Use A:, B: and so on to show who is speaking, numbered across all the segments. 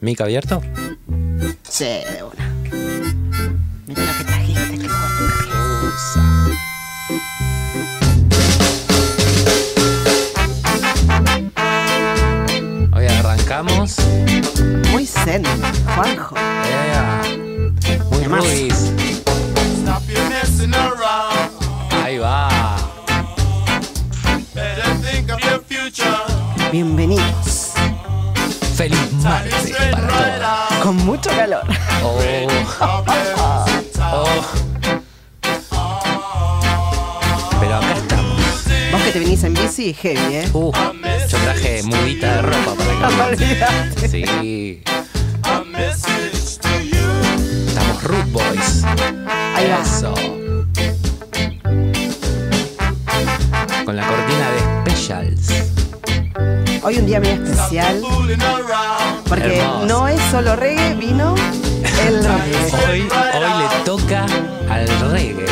A: ¿Mic abierto?
B: Sí, de una. Mira lo que trajiste, qué gordura.
A: Hoy arrancamos.
B: Muy zen, Juanjo.
A: Ea. Muy
B: Además.
A: Rubis.
C: Stop your messing around.
A: Ahí va.
C: Better think of your future.
B: Bienvenidos.
A: Feliz
C: Time is
A: martes
C: straight
A: para
C: right
A: todos.
C: out.
B: Con mucho calor.
A: Oh,
C: Problems and
A: oh. Pero acá estamos.
B: Vos que te venís en bici, heavy, ¿eh?
A: Uh, yo traje mudita de ropa para
B: Olvídate.
A: acá. Sí.
C: a message to you.
A: Estamos Root Boys.
B: Ahí va.
A: Eso. Con la cortina de Specials.
B: Hoy un día muy
C: Stop
B: especial
C: fooling around.
B: porque
A: Hermoso.
B: no es solo reggae, vino el reggae.
A: Hoy, hoy le toca al reggae.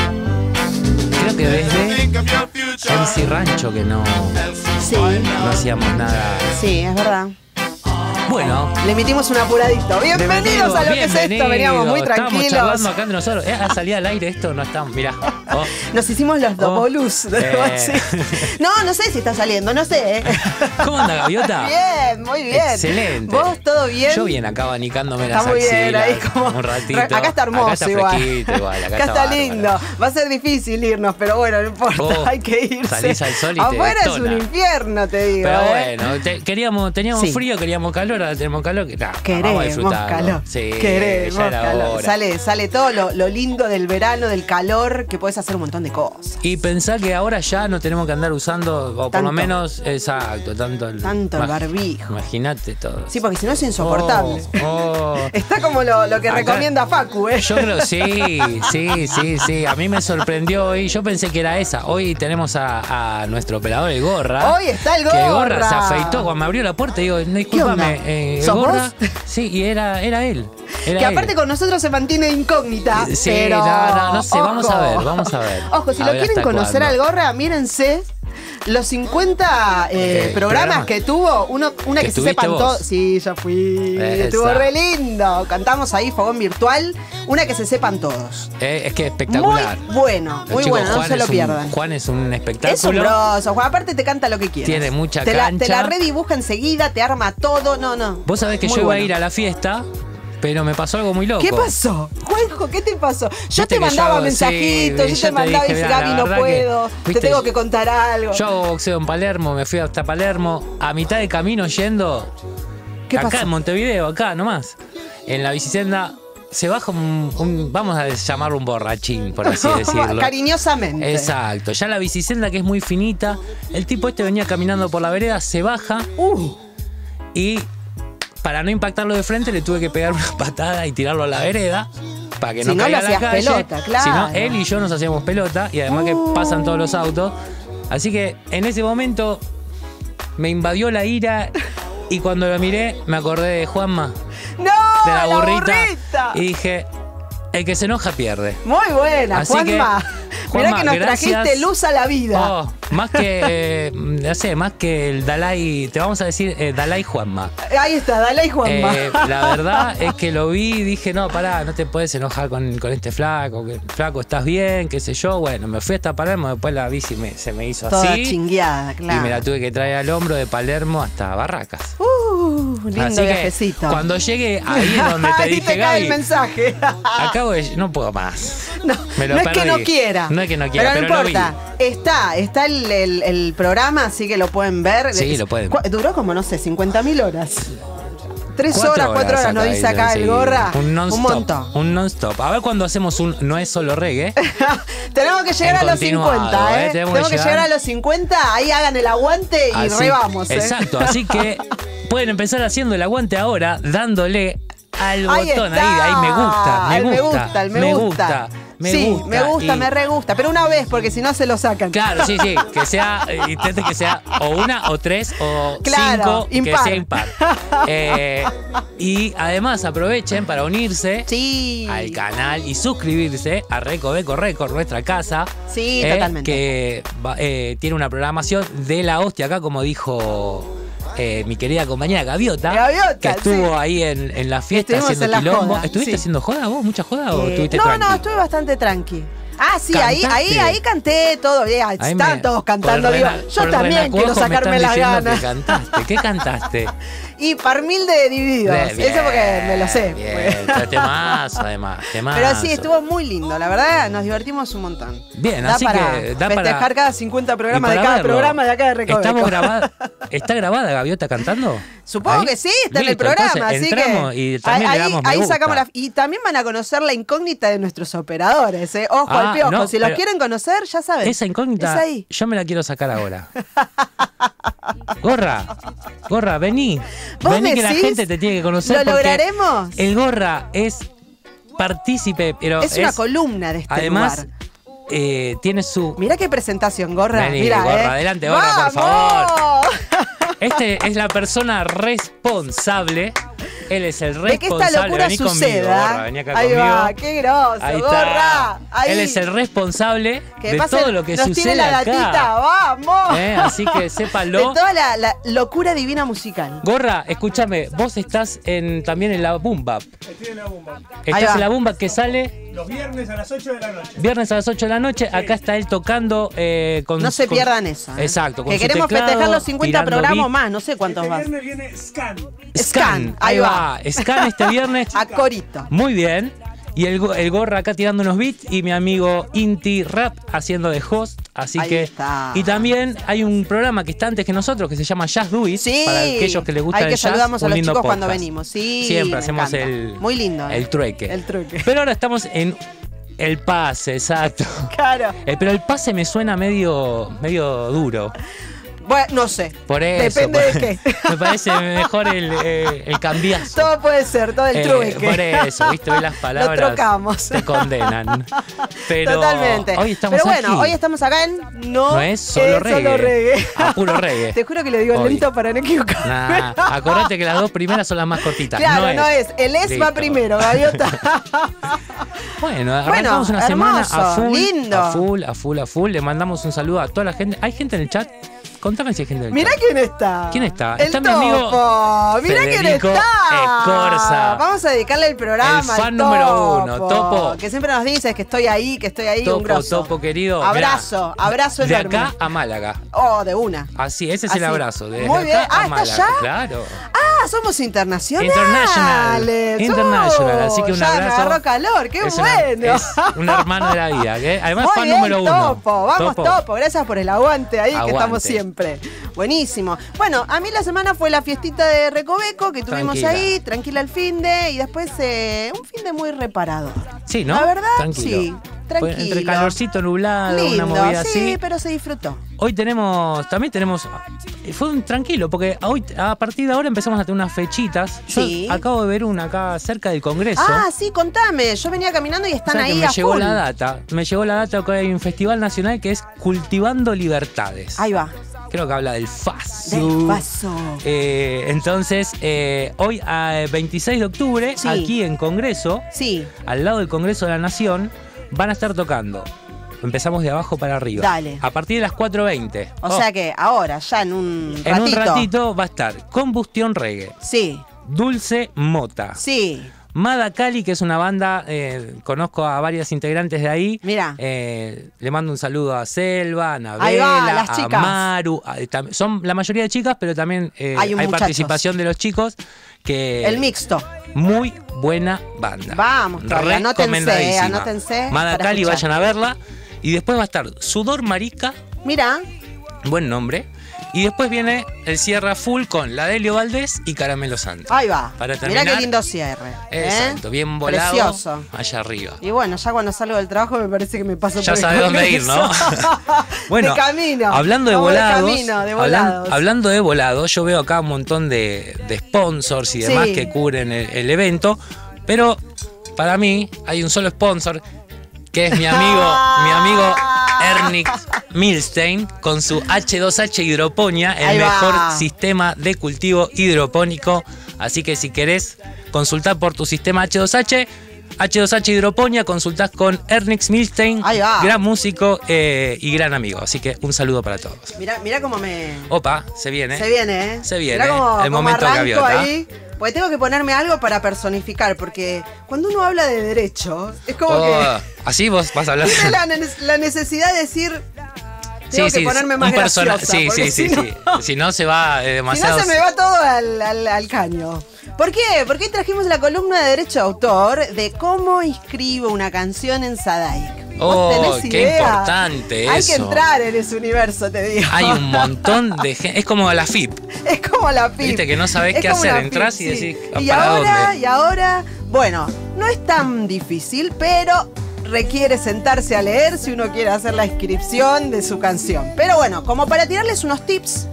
A: Creo que
C: Better
A: desde
C: think of your future.
A: MC Rancho que no,
C: Else you
B: Sí.
C: find
A: no hacíamos nada.
B: Sí, es verdad.
A: Bueno.
B: Le metimos un apuradito. Bienvenidos a lo que es esto.
A: bienvenidos.
B: Veníamos muy
A: Estábamos charlando
B: tranquilos.
A: acá entre nosotros. Eh, a salir al aire esto no estamos. Mirá. Oh,
B: Nos hicimos los
A: Oh.
B: dobolus.
A: Eh.
B: Sí. No, no sé si está saliendo, no sé. ¿eh?
A: ¿Cómo anda, Gaviota?
B: Bien, muy bien.
A: Excelente.
B: ¿Vos todo bien?
A: Yo bien acá abanicándome
B: Está
A: las
B: muy
A: axilas.
B: bien ahí como.
A: Un ratito.
B: Acá está hermoso
A: Acá está
B: igual.
A: fresquito igual. Acá,
B: está,
A: bárbaro.
B: lindo. Va a ser difícil irnos, pero bueno, no importa.
A: Vos
B: hay que irse.
A: salís al sol y te
B: Afuera es
A: detona.
B: un infierno, te digo.
A: Pero
B: ¿eh?
A: bueno, te- queríamos, teníamos
B: Sí.
A: frío, queríamos calor, ahora tenemos calor. que- nah, vamos
B: Queremos
A: disfrutando.
B: calor.
A: Sí,
B: Queremos
A: ya era
B: calor.
A: hora.
B: Sale, sale todo lo, lo lindo del verano, del calor, que puedes hacer un montón de cosas.
A: Y pensá que ahora ya no tenemos que andar usando, o por
B: Tanto.
A: lo menos, exacto, tanto el,
B: Tanto el
A: ma-
B: barbijo.
A: Imagínate todo.
B: Sí, porque si no es insoportable.
A: Oh, oh.
B: Está como lo, lo que
A: Acá-
B: recomienda Facu, ¿eh?
A: Yo creo, sí, sí, sí, sí. A mí me sorprendió hoy. Yo pensé que era esa. Hoy tenemos a, a nuestro operador, el Gorra.
B: Hoy está el
A: Que
B: Gorra.
A: Gorra se afeitó. Cuando me abrió la puerta, digo, no, discúlpame,
B: onda?
A: eh,
B: ¿Sos
A: Gorra.
B: vos?
A: Sí, y era, era él. Era
B: que
A: él.
B: aparte con nosotros se mantiene incógnita.
A: Sí,
B: pero...
A: no, no, no sé, vamos a
B: ojo.
A: ver, vamos a ver.
B: Ojo, si
A: A
B: lo
A: ver
B: quieren
A: hasta
B: conocer al
A: cuándo.
B: gorra, mírense los 50 eh,
A: Eh,
B: programas
A: programas.
B: que tuvo, uno, una
A: Que
B: que se
A: tuviste
B: sepan
A: vos.
B: todos. Sí, yo fui.
A: Esa.
B: Estuvo re lindo. Cantamos ahí Fogón Virtual, una que se sepan todos.
A: Eh, es que es
B: Muy
A: espectacular.
B: bueno,
A: El
B: muy
A: chico
B: bueno, no
A: Juan
B: se lo
A: es un-
B: pierdan.
A: Juan es un
B: Es
A: espectáculo.
B: sombroso, Juan. Aparte te canta lo que quieras.
A: Tiene mucha
B: te La, te la
A: cancha.
B: redibuja enseguida, te arma todo. No, no.
A: Vos sabés que
B: Muy
A: yo iba
B: bueno.
A: a ir a la fiesta, pero me pasó algo muy loco.
B: ¿Qué pasó? Juanjo, ¿qué te pasó? Yo
A: Viste
B: te
A: que
B: mandaba
A: yo-
B: mensajitos,
A: sí,
B: yo
A: yo
B: te
A: te
B: mandaba y
A: dije,
B: decía,
A: mira, la
B: Gaby, no
A: verdad que-
B: puedo, te
A: viste,
B: tengo que contar algo.
A: Yo hago boxeo en Palermo, me fui hasta Palermo, a mitad de camino yendo,
B: ¿Qué
A: acá
B: pasó?
A: en Montevideo, acá nomás, en la bicicenda, se baja un, un- vamos a llamarlo un borrachín, por así decirlo.
B: Cariñosamente.
A: Exacto, ya la bicicenda que es muy finita, el tipo este venía caminando por la vereda, se baja
B: Uh,
A: y para no impactarlo de frente le tuve que pegar una patada y tirarlo a la vereda para que
B: Si
A: no
B: no,
A: caiga
B: lo
A: a la
B: hacías
A: calle.
B: pelota, claro. Uh.
A: Si no, él y yo nos hacíamos pelota y además que pasan todos los autos. Así que en ese momento me invadió la ira y cuando lo miré me acordé de Juanma, de
B: no,
A: la, burrita,
B: ¡Ah, burrita.
A: y dije, el que se enoja pierde.
B: Muy buena,
A: Así
B: Juanma.
A: que,
B: Mirá
A: Juanma,
B: que nos
A: gracias.
B: trajiste luz a la vida.
A: Oh, más que, eh, no sé, más que el Dalai, te vamos a decir eh, Dalai Juanma.
B: Ahí está, dale ahí, Juanma.
A: Eh, la verdad es que lo vi y dije, no, pará, no te puedes enojar con, con este flaco, que flaco, estás bien, qué sé yo. Bueno, me fui hasta Palermo, después la bici me- se me hizo
B: Toda
A: así.
B: chingueada, claro.
A: Y me la tuve que traer al hombro de Palermo hasta Barracas.
B: Uh, lindo
A: así
B: viajecito.
A: que cuando llegué ahí es donde te
B: Ahí
A: dije,
B: te cae el
A: Gaby,
B: mensaje.
A: acabo de... No puedo más.
B: No,
A: Me lo
B: no es que
A: perdí.
B: no quiera.
A: No es que no quiera,
B: Pero no
A: pero lo
B: importa. Está, está el, el- el programa, así que lo pueden ver.
A: Sí,
B: Es-
A: lo pueden.
B: cu- Duró como, no sé, 50.000 horas. Tres
A: Cuatro
B: horas, cuatro horas, nos dice acá
A: sí.
B: el gorra.
A: Un non-stop.
B: montón.
A: Un non-stop. A ver cuando hacemos un No es solo reggae.
B: Tenemos que llegar a
A: En
B: los
A: continuado,
B: 50, ¿eh?
A: ¿eh?
B: Tenemos, que, llegar a los 50, ahí hagan el aguante y
A: Así-
B: rebamos, ¿eh?
A: Exacto, así que pueden empezar haciendo el aguante ahora, dándole al
B: Ahí
A: botón
B: está.
A: ahí, ahí me gusta, me
B: Al
A: gusta,
B: me gusta, al me, gusta.
A: me
B: sí,
A: gusta,
B: me gusta,
A: y-
B: me re gusta. Pero una vez, porque si no se lo sacan.
A: Claro, sí, sí, que sea, eh, intente que sea o una, o tres, o cinco,
B: Claro, impar.
A: que sea impar. Eh, y además aprovechen para unirse
B: Sí.
A: al canal y suscribirse a Recoveco Record, nuestra casa.
B: Sí, totalmente.
A: eh, Que va- eh, tiene una programación de la hostia acá, como dijo eh, mi querida compañera Gaviota,
B: Gaviota,
A: que estuvo
B: sí.
A: ahí en, en la fiesta
B: Estuvimos
A: haciendo
B: en la
A: quilombo.
B: joda,
A: ¿Estuviste
B: sí.
A: haciendo joda vos? ¿Mucha joda o
B: Eh,
A: Oh, estuviste
B: no,
A: tranqui?
B: no, estuve bastante tranqui. Ah, sí, ahí,
A: ¿Cantaste?
B: ahí, ahí canté todo. eh,
A: Ahí me-
B: estaban todos cantando.
A: por el
B: digo,
A: rena- por
B: yo
A: el
B: también
A: renacuajo
B: quiero
A: me
B: sacarme
A: están
B: las
A: diciendo
B: ganas.
A: Que cantaste. ¿Qué cantaste?
B: Y par mil de divididos.
A: Bien,
B: Eso porque me lo sé.
A: Bien, pero temazo, además, temazo.
B: Pero sí, estuvo muy lindo, la verdad, nos divertimos un montón.
A: Bien,
B: da
A: así
B: para
A: que da para-
B: festejar cada 50
A: Y
B: programas de
A: para
B: cada
A: verlo,
B: programa de acá de Recoveco.
A: Estamos grabada, ¿Está grabada Gaviota cantando?
B: Supongo
A: Ahí.
B: que sí, está en el
A: Listo,
B: programa,
A: entonces
B: así
A: entramos
B: que
A: y también
B: ahí,
A: le damos me
B: ahí
A: gusta.
B: sacamos la y también van a conocer la incógnita de nuestros operadores, eh. Ojo
A: Ah,
B: al piojo,
A: no,
B: si los
A: pero-
B: quieren conocer, ya saben.
A: Esa incógnita,
B: Es ahí.
A: yo me la quiero sacar ahora. Gorra, gorra, vení.
B: ¿Vos
A: Vení que la
B: decís?
A: gente te tiene que conocer.
B: ¿Lo
A: porque
B: lograremos?
A: El gorra es partícipe, pero.
B: Es una columna de este
A: Además,
B: lugar.
A: eh, tiene su.
B: Mirá qué presentación, gorra.
A: Vení,
B: Mirá,
A: Gorra,
B: eh.
A: adelante, Gorra, por
B: ¡Vamos!
A: Este es la persona responsable. Él es el responsable.
B: De que esta locura
A: Vení conmigo,
B: suceda.
A: gorra, vení acá
B: ahí
A: conmigo.
B: va, qué groso,
A: Ahí está.
B: gorra. Ahí.
A: Él es el responsable
B: Que
A: de
B: pasen-
A: todo lo que
B: nos
A: sucede
B: tiene la
A: acá.
B: datita, vamos.
A: Eh, Así que
B: De
A: sépanlo.
B: toda la, la locura divina musical.
A: Gorra, escúchame, vos estás en, también en la Bumba.
D: Estoy en la bomba.
A: Estás
B: Ahí va.
A: en la Bumba que sale
D: Los viernes a las 8 de la noche.
A: viernes a las 8 de la noche. Acá está él tocando eh, con.
B: No se
A: con-
B: pierdan eso. ¿eh?
A: Exacto. con
B: Que
A: su
B: queremos
A: teclado,
B: festejar los 50
A: tirando
B: programas
A: beat.
B: más, no sé cuántos
D: Este
B: más.
D: viernes viene Scan.
A: Scan, ahí va. Scan este viernes.
B: A corito.
A: Muy bien. Y el, go- el gorra acá tirando unos beats y mi amigo Inti Rap haciendo de host. Así
B: Ahí
A: que.
B: está.
A: Y también hay un programa que está antes que nosotros que se llama Jazz Do It.
B: Sí.
A: Para aquellos que les gusta
B: Hay que
A: el jazz.
B: saludamos a
A: un
B: los
A: lindo
B: chicos cuando
A: podcast.
B: venimos. Sí.
A: Siempre
B: me
A: hacemos
B: encanta.
A: el.
B: Muy lindo. ¿eh?
A: El trueque.
B: El trueque.
A: Pero ahora estamos en el pase, exacto.
B: Claro.
A: Eh, pero el pase me suena medio, medio duro.
B: Bueno, no sé.
A: Por eso.
B: Depende
A: por-
B: de qué.
A: Me parece mejor el, eh, el cambiazo.
B: Todo puede ser, todo el
A: Eh,
B: trueque.
A: Por eso, viste, hoy las palabras
B: Lo trocamos.
A: te condenan. Pero
B: Totalmente.
A: Hoy estamos
B: Pero bueno,
A: aquí.
B: hoy estamos acá en No,
A: No es solo reggae. A puro reggae.
B: Te juro que lo digo
A: Hoy.
B: lento para no equivocarme.
A: Nah, acordate que las dos primeras son las más cortitas.
B: Claro, no es.
A: no es.
B: El es
A: Listo.
B: va primero, gaviota.
A: Bueno, arrancamos una semana
B: hermoso,
A: a full,
B: lindo.
A: a full, a full, a full. Le mandamos un saludo a toda la gente. ¿Hay gente en el chat? Contame si hay gente en el
B: Mirá
A: chat.
B: quién está.
A: ¿Quién está?
B: El
A: Está mi
B: topo.
A: amigo
B: Mirá quién
A: Federico
B: está.
A: Escorza.
B: Vamos a dedicarle el programa.
A: El fan
B: al
A: número uno, Topo.
B: Que siempre nos dices que estoy ahí, que estoy ahí. un
A: Topo,
B: grosso.
A: topo, querido.
B: Abrazo,
A: Mirá,
B: abrazo
A: De
B: enorme.
A: acá a Málaga.
B: Oh, de una.
A: Así, ese es el
B: Así.
A: abrazo. De
B: Muy
A: acá
B: bien. Ah,
A: a
B: ¿está
A: Málaga.
B: ya?
A: Claro.
B: Ah, somos internacionales.
A: International. International, así que un
B: ya
A: abrazo.
B: Me agarró calor, qué
A: Es una-
B: bueno.
A: es un hermano de la vida. ¿eh? Además,
B: Muy
A: fan
B: bien,
A: número uno.
B: Topo, vamos topo. gracias por el aguante ahí que
A: Aguante.
B: estamos siempre. Buenísimo. Bueno, a mí la semana fue la fiestita de Recoveco que tuvimos
A: Tranquila.
B: ahí, tranquila el fin de, y después eh, un fin de muy reparador.
A: Sí, ¿no?
B: La verdad,
A: Tranquilo.
B: sí,
A: Fue
B: tranquilo.
A: Entre calorcito nublado, una
B: Lindo,
A: movida
B: sí,
A: así.
B: pero se disfrutó.
A: Hoy tenemos, también tenemos, eh, fue un tranquilo, porque hoy, a partir de ahora empezamos a tener unas fechitas. Yo
B: Sí.
A: acabo de ver una acá cerca del Congreso.
B: Ah, sí, contame. Yo venía caminando y
A: O
B: están
A: sea que
B: ahí
A: me
B: a
A: llegó
B: full.
A: la data, me llegó la data que hay un festival nacional que es Cultivando Libertades.
B: Ahí va.
A: Creo que habla del FASU.
B: Del paso.
A: Eh, entonces, eh, hoy, a 26 de octubre,
B: Sí.
A: aquí en Congreso,
B: Sí,
A: al lado del Congreso de la Nación, van a estar tocando. Empezamos de abajo para arriba.
B: Dale.
A: A partir de las 4.20.
B: o
A: Oh,
B: sea que ahora, ya en un ratito.
A: en un ratito va a estar Combustión Reggae,
B: Sí,
A: Dulce Mota,
B: sí.
A: Mada Cali, que es una banda, eh, conozco a varias integrantes de ahí.
B: Mirá.
A: Eh, le mando un saludo a Selva, a
B: Ahí va,
A: Anabela,
B: las
A: a
B: chicas.
A: Maru. a- tam- son la mayoría de chicas, pero también eh,
B: Hay
A: hay,
B: un muchachos.
A: participación de los chicos. Que
B: El mixto.
A: Muy buena banda.
B: Vamos, todavía, anótense,
A: Recomendadísima.
B: anótense
A: Mada
B: para
A: Cali,
B: escuchar.
A: vayan a verla. Y después va a estar Sudor Marica,
B: Mira,
A: buen nombre. Y después viene el Sierra Full con la Delio Valdés y Caramelo Santos.
B: ahí va.
A: Para
B: Mirá
A: terminar.
B: qué lindo cierre. Ah, ¿eh?
A: Exacto, bien volado.
B: Precioso.
A: Allá arriba.
B: Y bueno, ya cuando salgo del trabajo me parece que me paso
A: Ya
B: por el
A: sabe dónde ir, ¿no?
B: Congreso.
A: Bueno,
B: de camino.
A: hablando de
B: Vamos
A: volados,
B: De camino, de
A: hablan-
B: volados.
A: Hablando, de volados, yo veo acá un montón de, de sponsors y demás
B: Sí.
A: que cubren el, el evento, pero para mí hay un solo sponsor que es mi amigo, mi amigo Ernix Milstein con su H2H hidroponía, el
B: Ahí va.
A: mejor sistema de cultivo hidropónico. Así que si querés consultar por tu sistema H2H, H2H Hidroponía, consultás con Ernix Milstein,
B: Ahí va.
A: gran músico eh, y gran amigo. Así que un saludo para todos.
B: Mirá, mirá cómo me.
A: Opa, se viene.
B: Se viene, ¿eh?
A: Se viene,
B: Mirá cómo-
A: el
B: cómo
A: momento
B: arranco
A: gaviota.
B: ahí. Porque tengo que ponerme algo para personificar, porque cuando uno habla de derecho, es como
A: Oh,
B: que.
A: así vos vas a hablar.
B: Tiene la, ne- la necesidad de decir. Tengo que ponerme más
A: un persona-
B: graciosa,
A: Sí, sí,
B: porque
A: sí,
B: si no-
A: sí. Si no se va eh,
B: Si no,
A: demasiado.
B: se me va todo al, al- al caño. ¿Por qué? Porque hoy trajimos la columna de derecho de autor de cómo inscribo una canción en Sadaic. ¿Vos
A: Oh,
B: tenés
A: qué
B: idea?
A: importante
B: Hay
A: eso.
B: que entrar en ese universo, te digo.
A: Hay un montón de gente. Es como la FIP.
B: Es como la pip.
A: Viste que no sabés
B: Es
A: qué
B: como
A: hacer,
B: la
A: entrás
B: pip,
A: y
B: sí.
A: decís, "Ah,
B: Y
A: ¿para
B: ahora,
A: dónde?
B: y ahora, bueno, no es tan difícil, pero requiere sentarse a leer si uno quiere hacer la inscripción de su canción. Pero bueno, como para tirarles unos tips.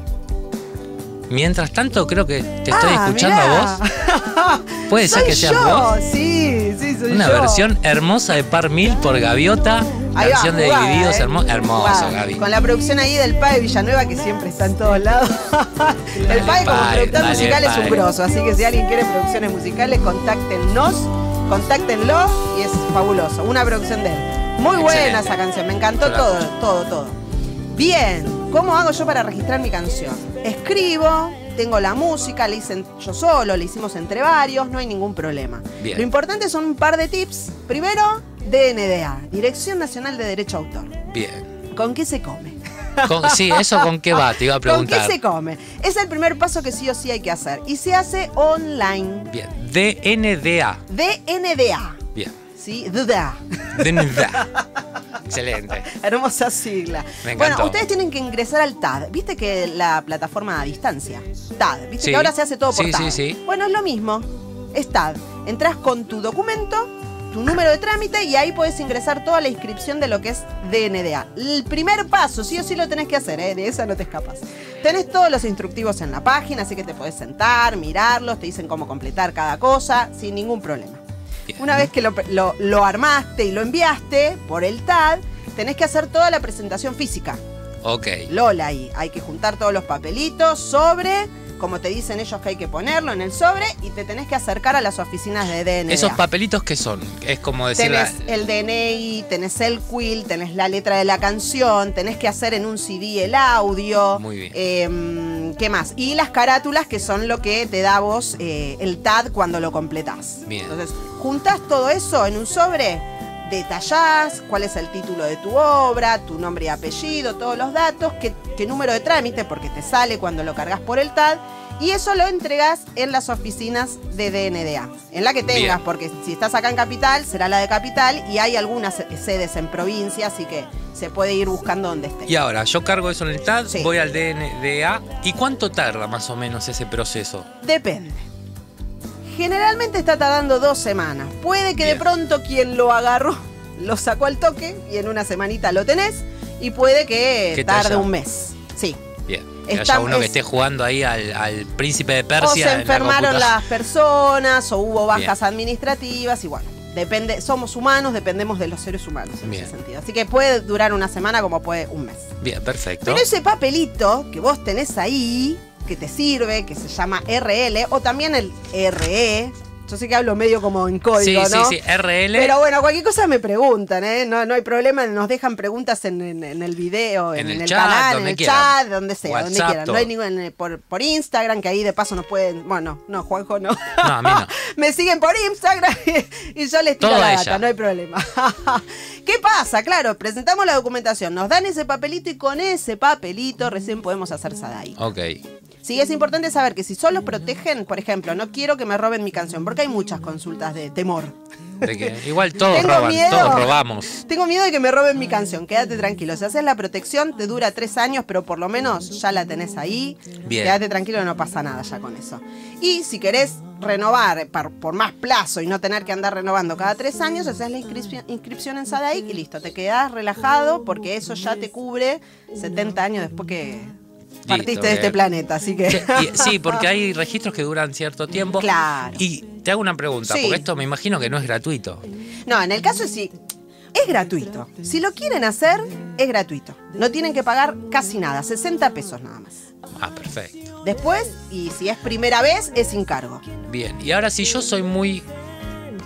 A: Mientras tanto, creo que te estoy
B: Ah,
A: escuchando a vos.
B: mirá.
A: Puede ser
B: Soy
A: que seas
B: yo.
A: vos.
B: Sí, sí, soy
A: Una
B: yo.
A: versión hermosa de Par Mil por Gaviota.
B: Ahí va,
A: Canción de
B: jugada,
A: Divididos
B: eh.
A: hermo- hermoso,
B: Jugada.
A: Gaby.
B: Con la producción ahí del PAE Villanueva, que siempre está en todos lados. el PAE como
A: Pae,
B: productor
A: dale,
B: musical es un
A: Pae.
B: grosso, así que si alguien quiere producciones musicales, contáctenos, contáctenlo y es fabuloso. Una producción de él. Muy buena
A: Excelente.
B: esa canción, me encantó
A: Claro.
B: todo, todo, todo. Bien, ¿cómo hago yo para registrar mi canción? Escribo, tengo la música, la hice yo solo, la hicimos entre varios, no hay ningún problema.
A: Bien.
B: Lo importante son un par de tips. Primero, DNDA, Dirección Nacional de Derecho de Autor.
A: Bien.
B: ¿Con qué se come?
A: Con- sí, eso con qué va, te iba a
B: ¿Con qué
A: preguntar.
B: se come? Es el primer paso que sí o sí hay que hacer. Y se hace online.
A: Bien. DNDA.
B: DNDA.
A: Bien.
B: ¿Sí? DDA.
A: DNDA. Excelente.
B: Hermosa sigla.
A: Me encantó.
B: bueno, ustedes tienen que ingresar al TAD. ¿Viste que la plataforma a distancia? TAD. ¿Viste
A: Sí.
B: que ahora se hace todo por
A: Sí,
B: TAD?
A: sí, sí.
B: Bueno, es lo mismo. Es TAD. Entrás con tu documento, tu número de trámite y ahí puedes ingresar toda la inscripción de lo que es DNDA. El primer paso, sí o sí lo tenés que hacer, ¿eh? de esa no te escapas. Tenés todos los instructivos en la página, así que te podés sentar, mirarlos, te dicen cómo completar cada cosa, sin ningún problema.
A: Bien.
B: Una vez que lo, lo- lo armaste y lo enviaste por el TAD, tenés que hacer toda la presentación física.
A: Ok.
B: Lola ahí. Hay que juntar todos los papelitos, sobre, como te dicen ellos que hay que ponerlo en el sobre, y te tenés que acercar a las oficinas de DNI.
A: ¿Esos papelitos qué son? Es como decir la-
B: Tenés eh. el DNI, tenés el quill, tenés la letra de la canción, tenés que hacer en un CD el audio.
A: Muy bien.
B: em, ¿Qué más? Y las carátulas, que son lo que te da vos eh, el TAD cuando lo completás.
A: Bien.
B: Entonces, juntás todo eso en un sobre, detallás cuál es el título de tu obra, tu nombre y apellido, todos los datos, qué, qué número de trámite, porque te sale cuando lo cargas por el TAD. Y eso lo entregás en las oficinas de DNDA, en la que tengas,
A: Bien.
B: porque si estás acá en Capital, será la de Capital, y hay algunas sedes en provincia, así que se puede ir buscando donde esté.
A: Y ahora, yo cargo eso en el TAD,
B: Sí.
A: voy al DNDA. ¿Y cuánto tarda más o menos ese proceso?
B: Depende. Generalmente está tardando dos semanas. Puede que de
A: Bien.
B: pronto quien lo agarró lo sacó al toque y en una semanita lo tenés. Y puede que
A: Que te
B: tarde
A: haya-
B: un mes. Sí.
A: Bien. Que
B: Está-
A: haya uno que
B: es-
A: esté jugando ahí al, al príncipe de
B: O
A: Persia.
B: se
A: en la
B: enfermaron
A: computadora.
B: las personas o hubo bajas administrativas y bueno. Depende, somos humanos, dependemos de los seres humanos en
A: Bien.
B: ese sentido. Así que puede durar una semana como puede un mes.
A: Bien, perfecto.
B: Pero ese papelito que vos tenés ahí, que te sirve, que se llama RL, o también el RE, yo sé que hablo medio como en
A: sí,
B: código,
A: sí,
B: ¿no?
A: sí, RL.
B: Pero bueno, cualquier cosa me preguntan, ¿eh? No, no hay problema, nos dejan preguntas en, en- en el video, en,
A: En el
B: el,
A: chat,
B: canal, en
A: donde
B: el
A: quieran.
B: chat, donde sea, donde
A: WhatsApp,
B: quieran. No hay
A: todo.
B: ningún, en- por, por Instagram, que ahí de paso nos pueden, bueno, no, Juanjo no.
A: No, a mí no.
B: me siguen por Instagram y yo les tiro
A: Todo
B: la
A: a
B: data,
A: ella.
B: no hay problema. ¿Qué pasa? Claro, presentamos la documentación, nos dan ese papelito y con ese papelito recién podemos hacer Sadai.
A: Ok.
B: Sí, es importante saber que si solo protegen, por ejemplo, no quiero que me roben mi canción, porque hay muchas consultas de temor.
A: De que- igual todos
B: Tengo
A: roban,
B: miedo.
A: todos robamos.
B: Tengo miedo de que me roben mi canción, quédate tranquilo. Si haces la protección, te dura tres años, pero por lo menos ya la tenés ahí.
A: Bien.
B: Quédate tranquilo, no pasa nada ya con eso. Y si querés renovar par- por más plazo y no tener que andar renovando cada tres años, haces la inscripci- inscripción en Sadaic y listo, te quedás relajado porque eso ya te cubre 70 años después que partiste de
A: bien.
B: este planeta. Así que.
A: Che, y- sí, porque hay registros que duran cierto tiempo.
B: Claro.
A: Y te hago una pregunta,
B: Sí.
A: porque esto me imagino que no es gratuito.
B: No, en el caso sí. Es gratuito. Si lo quieren hacer, es gratuito. No tienen que pagar casi nada, 60 pesos nada más.
A: Ah, perfecto.
B: Después, y si es primera vez, es sin cargo.
A: Bien. Y ahora, si yo soy muy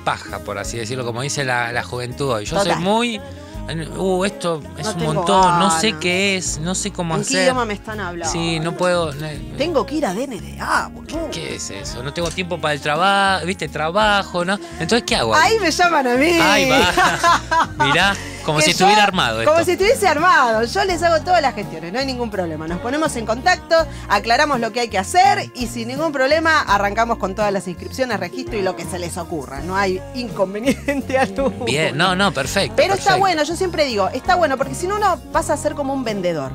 A: paja, por así decirlo, como dice la, la juventud hoy. Yo
B: Total.
A: soy muy. Uh, esto es
B: No
A: un
B: tengo
A: montón, no sé
B: ganas.
A: qué es, no sé cómo
B: ¿En qué
A: hacer.
B: idioma me están hablando?
A: Sí, no puedo. ne-
B: Tengo que ir a DNDA, boludo.
A: ¿Qué es eso? No tengo tiempo para el trabajo, viste, trabajo, ¿no? Entonces, ¿qué hago? ahí?
B: Ahí me llaman a mí.
A: Ahí va. Mirá, como
B: Que
A: si
B: yo-
A: estuviera armado esto.
B: Como si estuviese armado. Yo les hago todas las gestiones, no hay ningún problema. Nos ponemos en contacto, aclaramos lo que hay que hacer y sin ningún problema arrancamos con todas las inscripciones, registro y lo que se les ocurra. No hay inconveniente alguno.
A: Bien, no, no, perfecto.
B: Pero está
A: perfecto.
B: bueno, yo siempre digo, está bueno, porque si no uno pasa a ser como un vendedor.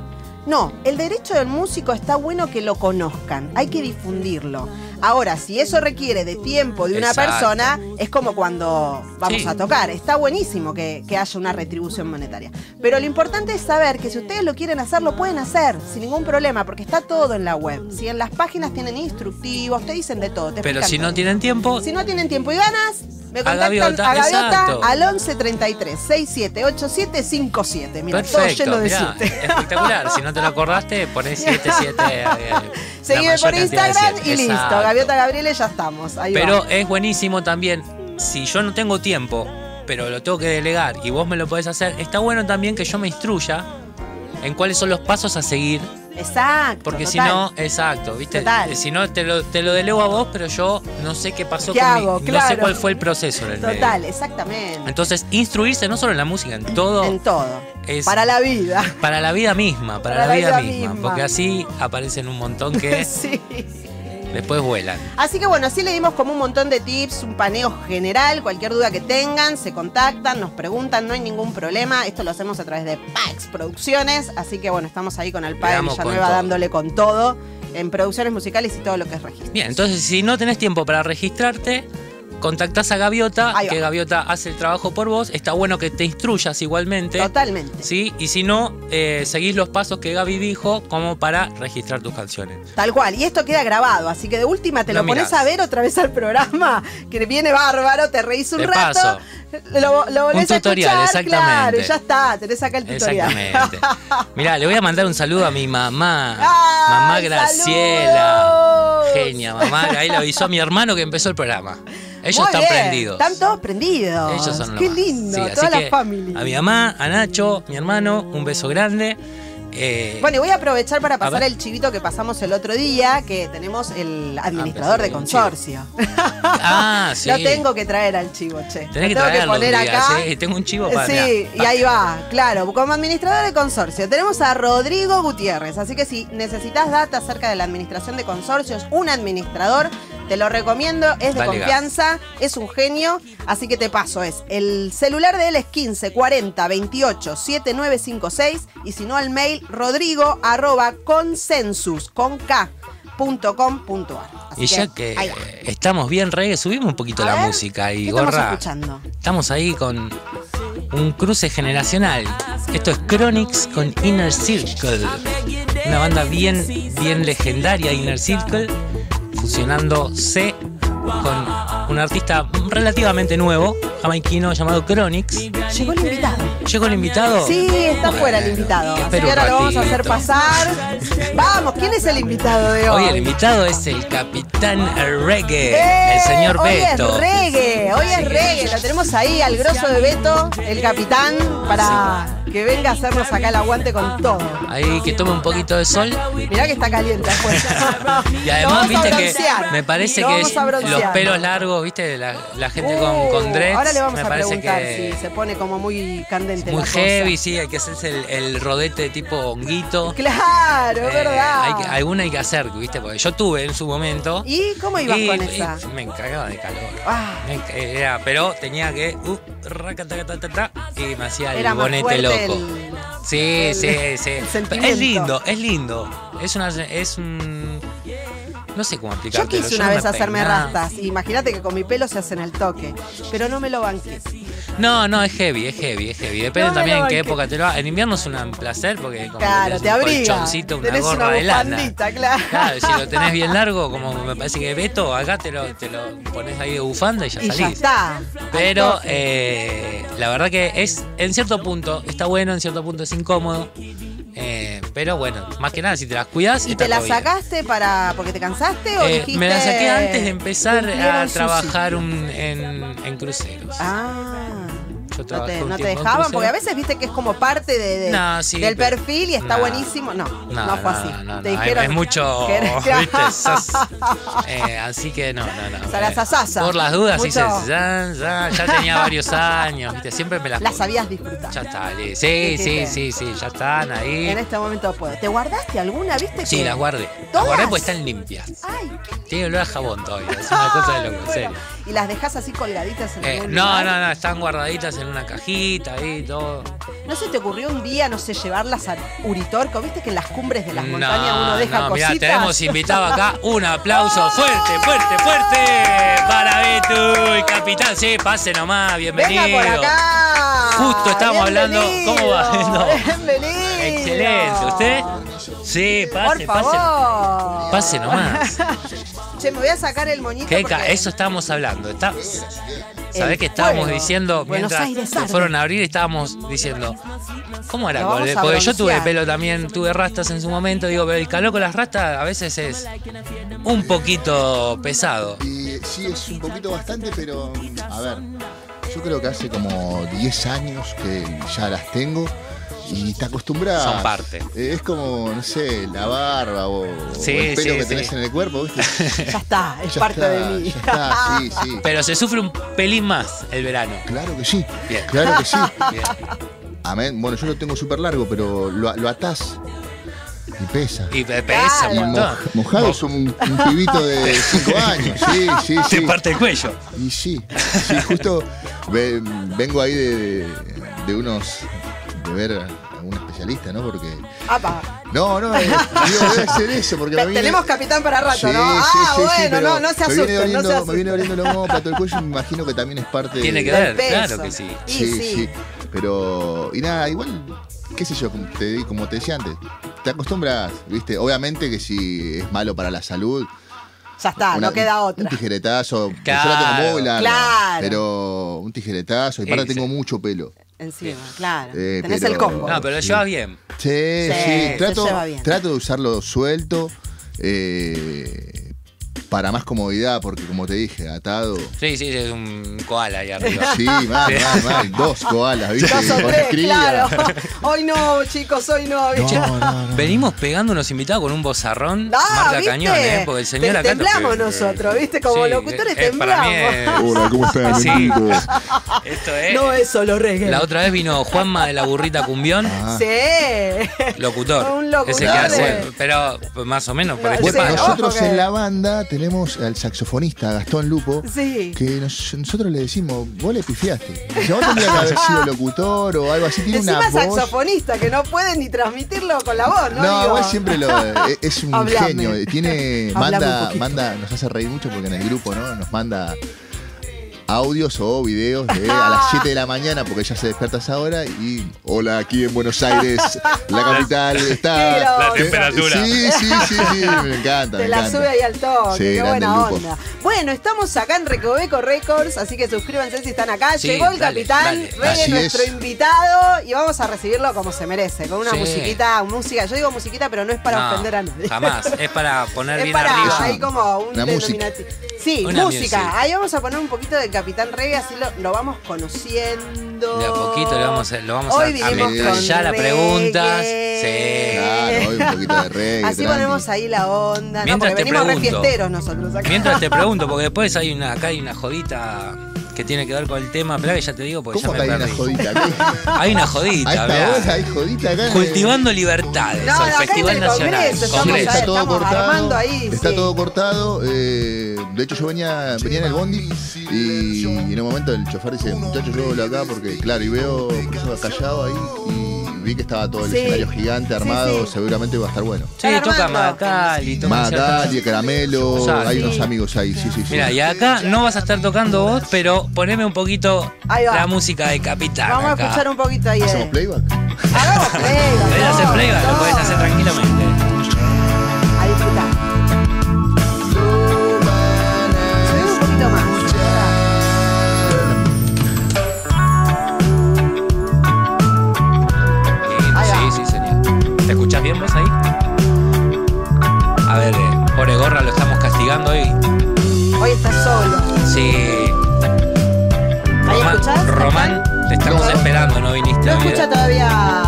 B: No, el derecho del músico está bueno que lo conozcan, hay que difundirlo. Ahora, si eso requiere de tiempo de una
A: Exacto.
B: persona, es como cuando vamos
A: Sí.
B: a tocar. Está buenísimo que, que haya una retribución monetaria. Pero lo importante es saber que si ustedes lo quieren hacer, lo pueden hacer sin ningún problema, porque está todo en la web. Si en las páginas tienen instructivos, te dicen de todo. te
A: Pero
B: explican
A: si no
B: todo.
A: tienen tiempo,
B: Si no tienen tiempo y ganas, me
A: A
B: contactan a Gaviota,
A: Gaviota, exacto.
B: al 11 33 67 87 57. Mira, todo lleno
A: perfecto.
B: de
A: mirá,
B: 7.
A: espectacular. Si no te lo acordaste, ponés 7, 7.
B: Seguime por Instagram y listo. Gaviota Gabriele, ya estamos. Ahí
A: Pero
B: va.
A: es buenísimo también, si yo no tengo tiempo, pero lo tengo que delegar y vos me lo podés hacer, está bueno también que yo me instruya en cuáles son los pasos a seguir,
B: Exacto.
A: porque si
B: total.
A: no, exacto, ¿viste? Eh,
B: Total.
A: Si no, te lo, te lo delego a vos, pero yo no sé qué pasó
B: ¿Qué
A: conmigo,
B: hago?
A: no sé
B: Claro.
A: cuál fue el proceso en el medio.
B: Total, exactamente.
A: Entonces, instruirse no solo en la música, en todo,
B: En todo.
A: es
B: Para la vida.
A: para la vida misma, para, la, vida, misma, porque así aparecen un montón que
B: Sí.
A: después vuelan.
B: Así que bueno, así le dimos como un montón de tips, un paneo general, cualquier duda que tengan, se contactan, nos preguntan, no hay ningún problema. Esto lo hacemos a través de Pax Producciones, así que bueno, estamos ahí con el padre
A: damos con
B: Villanueva
A: todo.
B: dándole con todo en producciones musicales y todo lo que es registro.
A: Bien, entonces si no tenés tiempo para registrarte, contactás a Gaviota,
B: Ahí va.
A: que Gaviota hace el trabajo por vos. Está bueno que te instruyas igualmente.
B: Totalmente.
A: ¿Sí? Y si no, eh, seguís los pasos que Gaby dijo como para registrar tus canciones.
B: Tal cual, y esto queda grabado, así que de última te
A: Lo
B: lo, pones
A: mirás.
B: a ver otra vez al programa, que viene bárbaro, te reís un
A: De
B: rato,
A: paso.
B: lo, lo volvés
A: Un tutorial,
B: a escuchar, claro,
A: exactamente.
B: y ya está, tenés acá el tutorial.
A: Exactamente. Mirá, le voy a mandar un saludo a mi mamá.
B: ¡Ay,
A: mamá Graciela.
B: saludos!
A: Genia, mamá. Ahí lo avisó mi hermano que empezó el programa. Ellos
B: Muy
A: están
B: bien,
A: prendidos.
B: Están todos prendidos.
A: Ellos son lo
B: Qué
A: más.
B: lindo,
A: Sí, así
B: toda
A: que
B: la familia.
A: A mi mamá, a Nacho, mi hermano, un beso grande. Eh,
B: Bueno, y voy a aprovechar para pasar
A: ver.
B: el chivito que pasamos el otro día, que tenemos el administrador
A: Ah,
B: de
A: pensé que era un
B: consorcio.
A: ah, sí.
B: Lo tengo que traer al chivo, che.
A: Tenés que
B: Lo tengo
A: traerlo un
B: poner
A: día,
B: acá.
A: sí, tengo un chivo para-
B: Eh, Sí,
A: mirá.
B: y ahí va, claro. Como administrador de consorcio tenemos a Rodrigo Gutiérrez. Así que si necesitas data acerca de la administración de consorcios, un administrador, te lo recomiendo, es de
A: Dale,
B: confianza, es un genio. Así que te paso, es el celular de él es 15 40 28 7956 y si no al mail rodrigo arroba consensus con K. punto com punto ar. Así
A: Y ya que
B: ahí va.
A: estamos bien reggae, subimos un poquito
B: A
A: la
B: ver,
A: música y
B: ¿qué estamos
A: gorra.
B: escuchando?
A: Estamos ahí con un cruce generacional. Esto es Chronics con Inner Circle. Una banda bien, bien legendaria, Inner Circle, fusionando C con un artista relativamente nuevo, jamaiquino, llamado Chronics.
B: Llegó el invitado.
A: ¿Llegó el invitado?
B: Sí, está fuera el invitado. Así
A: Espera
B: que
A: un
B: ahora lo vamos a hacer
A: ratito.
B: pasar. Vamos, ¿quién es el invitado de hoy?
A: Hoy el invitado es el capitán reggae,
B: ¡Eh!
A: el señor
B: hoy
A: Beto.
B: es reggae, hoy es reggae. Lo tenemos ahí al grosso de Beto, el capitán, para que venga a hacernos acá el aguante con todo.
A: Ahí que tome un poquito de sol.
B: Mirá que está caliente afuera.
A: Y
B: Lo
A: además,
B: vamos a
A: viste que
B: broncear.
A: me parece
B: Lo
A: que
B: vamos
A: es
B: a
A: los
B: broncear. Uh,
A: pelos largos, viste, la, la gente con, con dreads.
B: Ahora le vamos
A: me
B: a
A: parece
B: preguntar
A: que
B: si se pone como muy candente
A: muy
B: la cosa.
A: heavy, sí, hay que hacerse el, el rodete tipo honguito.
B: Claro, es
A: Eh,
B: verdad.
A: hay que- alguna hay que hacer, viste, porque yo tuve en su momento.
B: ¿Y cómo ibas
A: y-
B: con
A: y
B: esa?
A: me encargaba de calor.
B: Ah.
A: Me enca- era- pero tenía que. uh, racatacatatata, y me hacía
B: Era
A: el
B: más
A: bonete
B: fuerte
A: loco.
B: el-
A: Sí,
B: el-
A: sí, sí.
B: el sentimiento.
A: es lindo, es lindo. Es una es un no sé cómo
B: Yo
A: explicarlo.
B: quise una vez hacerme rastas. y Imagínate que con mi pelo se hacen al toque. Pero no me lo banqué.
A: No, no, es heavy, es heavy, es heavy. Depende
B: No me
A: también
B: lo
A: en qué
B: banqué.
A: época te lo hagas. En invierno es un placer porque como que
B: Claro,
A: tenés
B: te
A: un
B: abriga.
A: colchoncito, una
B: tenés
A: gorra
B: una
A: de lana.
B: bufandita, claro.
A: Claro, si lo tenés bien largo, como me parece que Beto, acá te lo, te lo pones ahí de bufanda y ya
B: Y
A: salís.
B: ya está.
A: Pero
B: Al toque.
A: eh, la verdad que es, en cierto punto, está bueno, en cierto punto es incómodo. eh, Pero bueno, más que nada, si te las cuidas
B: ¿Y te la sacaste para porque te cansaste o dijiste,
A: Eh, me la saqué antes de empezar a
B: cumplieron su
A: trabajar
B: ciclo?
A: un- en, en cruceros.
B: Ah.
A: Yo
B: No
A: trabajé
B: te,
A: un
B: no te
A: tiempo en
B: dejaban, porque a
A: cruceros.
B: veces viste que es como parte de, de-
A: No, sí,
B: del
A: pero-
B: perfil y está
A: no.
B: buenísimo. No, no, fue así.
A: no, no,
B: te
A: es-
B: dijeron.
A: Es mucho.
B: que eres-
A: ¿viste? Sos- eh, así que no, no, no.
B: Sarazasasa.
A: Por las dudas
B: Mucho-
A: hice. zan, zan, ya tenía varios años, ¿viste? Siempre me las.
B: Las habías disfrutado.
A: Ya está, li- sí, sí,
B: Dijiste.
A: sí, sí, ya están ahí.
B: En este momento puedo. ¿Te guardaste alguna, viste?
A: Sí,
B: que-
A: las guardé. Las
B: ¿Todas?
A: guardé porque están limpias.
B: Ay, qué
A: Tiene olor a jabón todavía, es una cosa de
B: Ay,
A: loco, en
B: bueno.
A: serio.
B: Y las dejas así colgaditas en
A: Eh,
B: algún
A: no,
B: lugar.
A: no, no, están guardaditas en una cajita ahí, todo.
B: ¿No se te ocurrió un día, no sé, llevarlas a Uritorco? ¿Viste que en las cumbres de las
A: No,
B: montañas uno deja
A: no, mirá,
B: cositas?
A: tenemos invitado acá un aplauso fuerte, fuerte, fuerte para Beto, el capitán. Sí, pase nomás, bienvenido.
B: Venga por acá.
A: Justo estamos hablando- ¿cómo va? No.
B: Bienvenido.
A: Excelente, ¿usted? Sí,
B: Por
A: pase, pase.
B: favor.
A: Pase nomás.
B: Che, me voy a sacar el moñito.
A: Qué ca-
B: porque-
A: eso estábamos hablando. Está, ¿Sabés
B: El
A: que estábamos
B: fuego.
A: diciendo
B: Buenos
A: mientras
B: Aires
A: se
B: arde.
A: fueron a abrir? Estábamos diciendo, ¿cómo era?
B: Lo vamos
A: Porque
B: a
A: porque yo tuve
B: broncear.
A: pelo también, tuve rastas en su momento. Digo, pero el calor con las rastas a veces es un poquito pesado.
E: Y sí, es un poquito bastante, pero a ver, yo creo que hace como 10 años que ya las tengo y te acostumbras.
A: Son parte.
E: Eh, Es como, no sé, la barba o, o
A: Sí,
E: el pelo
A: sí,
E: que
A: sí.
E: tenés en el cuerpo, ¿viste?
B: Ya está, es
E: Ya
B: parte
E: está,
B: de mí.
E: Ya está, sí, sí.
A: Pero se sufre un pelín más el verano.
E: Claro que sí,
A: Bien.
E: claro que sí.
A: Bien.
E: Amén. Bueno, yo lo tengo súper largo, pero lo, lo atás y pesa.
A: Y pe- pesa un
E: Y
A: montón.
E: moj- mojado es un, un pibito de 5 años. Sí, sí,
A: Te
E: sí.
A: parte el cuello.
E: Y sí, sí, justo ve- vengo ahí de, de unos. de ver a un especialista, ¿no? Porque.
B: Apa.
E: No, no, eh, digo, voy a hacer eso, porque me viene-
B: Tenemos capitán para rato, ¿no?
E: Sí, sí,
B: ah,
E: sí, sí,
B: bueno,
E: pero
B: no, no se
E: me viene
B: asusten, no se
E: doliendo- Me viene
B: asusten.
E: doliendo el hombro, plato del cuello, y me imagino que también es parte
A: Tiene
E: de-
A: que
B: Del
A: ver,
B: peso.
A: claro que sí.
B: Y
E: Sí,
B: sí.
E: sí, Pero, y nada, igual, qué sé yo, como te, como te decía antes, te acostumbras, ¿viste? Obviamente que si es malo para la salud.
B: Ya está,
E: una-
B: Ah, no queda
E: Un
B: otra.
E: tijeretazo, porque yo la
A: Claro.
E: tengo muy larga,
B: Claro.
E: Pero un tijeretazo, y para
A: Ese.
E: tengo mucho pelo.
B: Encima, claro.
E: Eh,
B: Tenés
E: pero-
B: el combo.
A: No, pero lo llevas bien.
E: Sí, sí,
B: se
E: Trato,
B: lleva bien.
E: trato de usarlo suelto. eh, para más comodidad, porque como te dije, atado.
A: Sí, sí, es un koala ahí arriba.
E: Sí, mal, mal, mal. Dos koalas, ¿viste?
B: Dos o
E: Con
B: tres,
E: cría.
B: claro. Hoy no, chicos, hoy no. ¿viste?
E: No, no, no.
A: Venimos pegando unos invitados con un bozarrón
B: Ah,
A: marca
B: ¿viste?
A: cañón, ¿eh? Porque el señor
B: Te-
A: acá...
B: temblamos nosotros, ¿viste? Como locutores
A: es- para mí
B: temblamos.
E: Hola, ¿cómo están,
A: Sí.
E: amigos?
A: es- esto es...
B: No es solo reggae.
A: La otra vez vino Juanma de la burrita cumbión,
E: Ah.
B: Sí.
A: locutor.
B: Un locutor
A: Ese que hace...
E: de-
A: Pero más o menos por
B: No,
A: este
E: Bueno,
B: sí,
A: palo.
B: ojo
E: nosotros
B: que-
E: en la banda tenemos al saxofonista Gastón Lupo.
B: Sí.
E: Que nos- nosotros le decimos, vos le pifiaste. Yo tendría que haber sido locutor o algo así. Tiene
B: Encima
E: una voz.
B: saxofonista, que no puede ni transmitirlo con la voz, ¿no?
E: No,
B: Digo,
E: igual siempre lo. eh, Es un
B: Hablame.
E: genio. eh, Tiene.
B: Hablame un
E: Manda,
B: poquito.
E: manda. Nos hace reír mucho porque en el grupo, ¿no? Nos manda audios o videos de a las 7 de la mañana porque ya se despierta a esa hora y hola aquí en Buenos Aires la capital está
B: La
E: eh,
A: temperatura.
E: sí sí sí sí me encanta
B: Te
E: me
B: la
E: encanta.
B: sube ahí al toque,
E: Sí,
B: qué
E: grande
B: buena
E: el grupo.
B: onda. Bueno, estamos acá en Recoveco Records, así que suscríbanse si están acá.
A: Sí,
B: Llegó el
A: dale,
B: capitán,
A: dale.
B: Rey,
E: Así
B: nuestro
E: es.
B: invitado, y vamos a recibirlo como se merece, con una
A: Sí.
B: musiquita, música. Yo digo musiquita, pero no es para
A: No,
B: ofender a nadie.
A: Jamás, es para poner
B: Es
A: bien
B: para
A: arriba.
B: ahí como un
E: La música.
B: denominativo. Sí,
A: Una
B: música.
A: music.
B: Ahí vamos a poner un poquito del Capitán Reggae, así lo, lo vamos conociendo.
A: De a poquito le vamos a- lo vamos a-
B: Hoy
A: a
B: vinimos
A: ametrallar
B: con
A: a preguntas.
B: reggae.
A: Sí.
E: Claro, hoy un poquito de reggae,
B: Así
E: tranqui.
B: ponemos ahí la onda. No,
A: Mientras
B: porque
A: te
B: venimos re
A: pregunto.
B: fiesteros nosotros acá.
A: Mientras te pregunto, porque después hay una, acá hay una jodita que tiene que ver con el tema, pero que ya te digo porque ya
E: ¿Cómo
A: me
E: que hay una
A: perdí.
E: jodita? ¿Qué?
A: Hay una
E: A
A: jodita,
E: esta
A: mirá.
E: hora hay jodita acá. en el-
A: Cultivando Libertades,
B: No,
A: el
B: acá en
A: Festival
B: el
A: Nacional.
B: Congreso, estamos
A: Congreso.
B: ahí.
E: Está todo
B: estamos armando
E: cortado.
B: ahí,
E: Está
B: sí.
E: todo cortado. eh, de hecho, yo venía, venía en el bondi y en un momento el chofer dice, muchachos, yo vuelo acá porque, claro, y veo por eso callado ahí y vi que estaba todo el
B: Sí.
E: escenario gigante armado,
B: sí.
E: seguramente va a estar bueno.
A: Sí,
B: Están
A: toca
B: armando.
A: Macali, toca
E: Magali, Caramelo,
A: Rosario.
E: hay unos
B: Sí.
E: amigos ahí, sí, sí, sí.
A: Mira, y acá no vas a estar tocando vos, pero poneme un poquito
B: Ahí va.
A: la música de Capitán.
B: Vamos
A: acá.
B: a escuchar un poquito ahí.
E: ¿Hacemos
B: eh.
E: playback?
B: Hagamos playback.
A: Podés
B: no,
A: hacer playback,
B: no.
A: lo podés hacer tranquilamente.
B: A disfrutar. Sube un poquito más.
A: Sí,
B: Ahí va.
A: sí, sí, señor. ¿Te escuchás bien vos? eh,
B: Hoy estás solo.
A: Sí.
B: ¿Ahí
A: Román,
B: escuchás?
A: Román, te estamos
E: No.
A: esperando, no viniste.
B: No
A: a mi-
B: escucha todavía.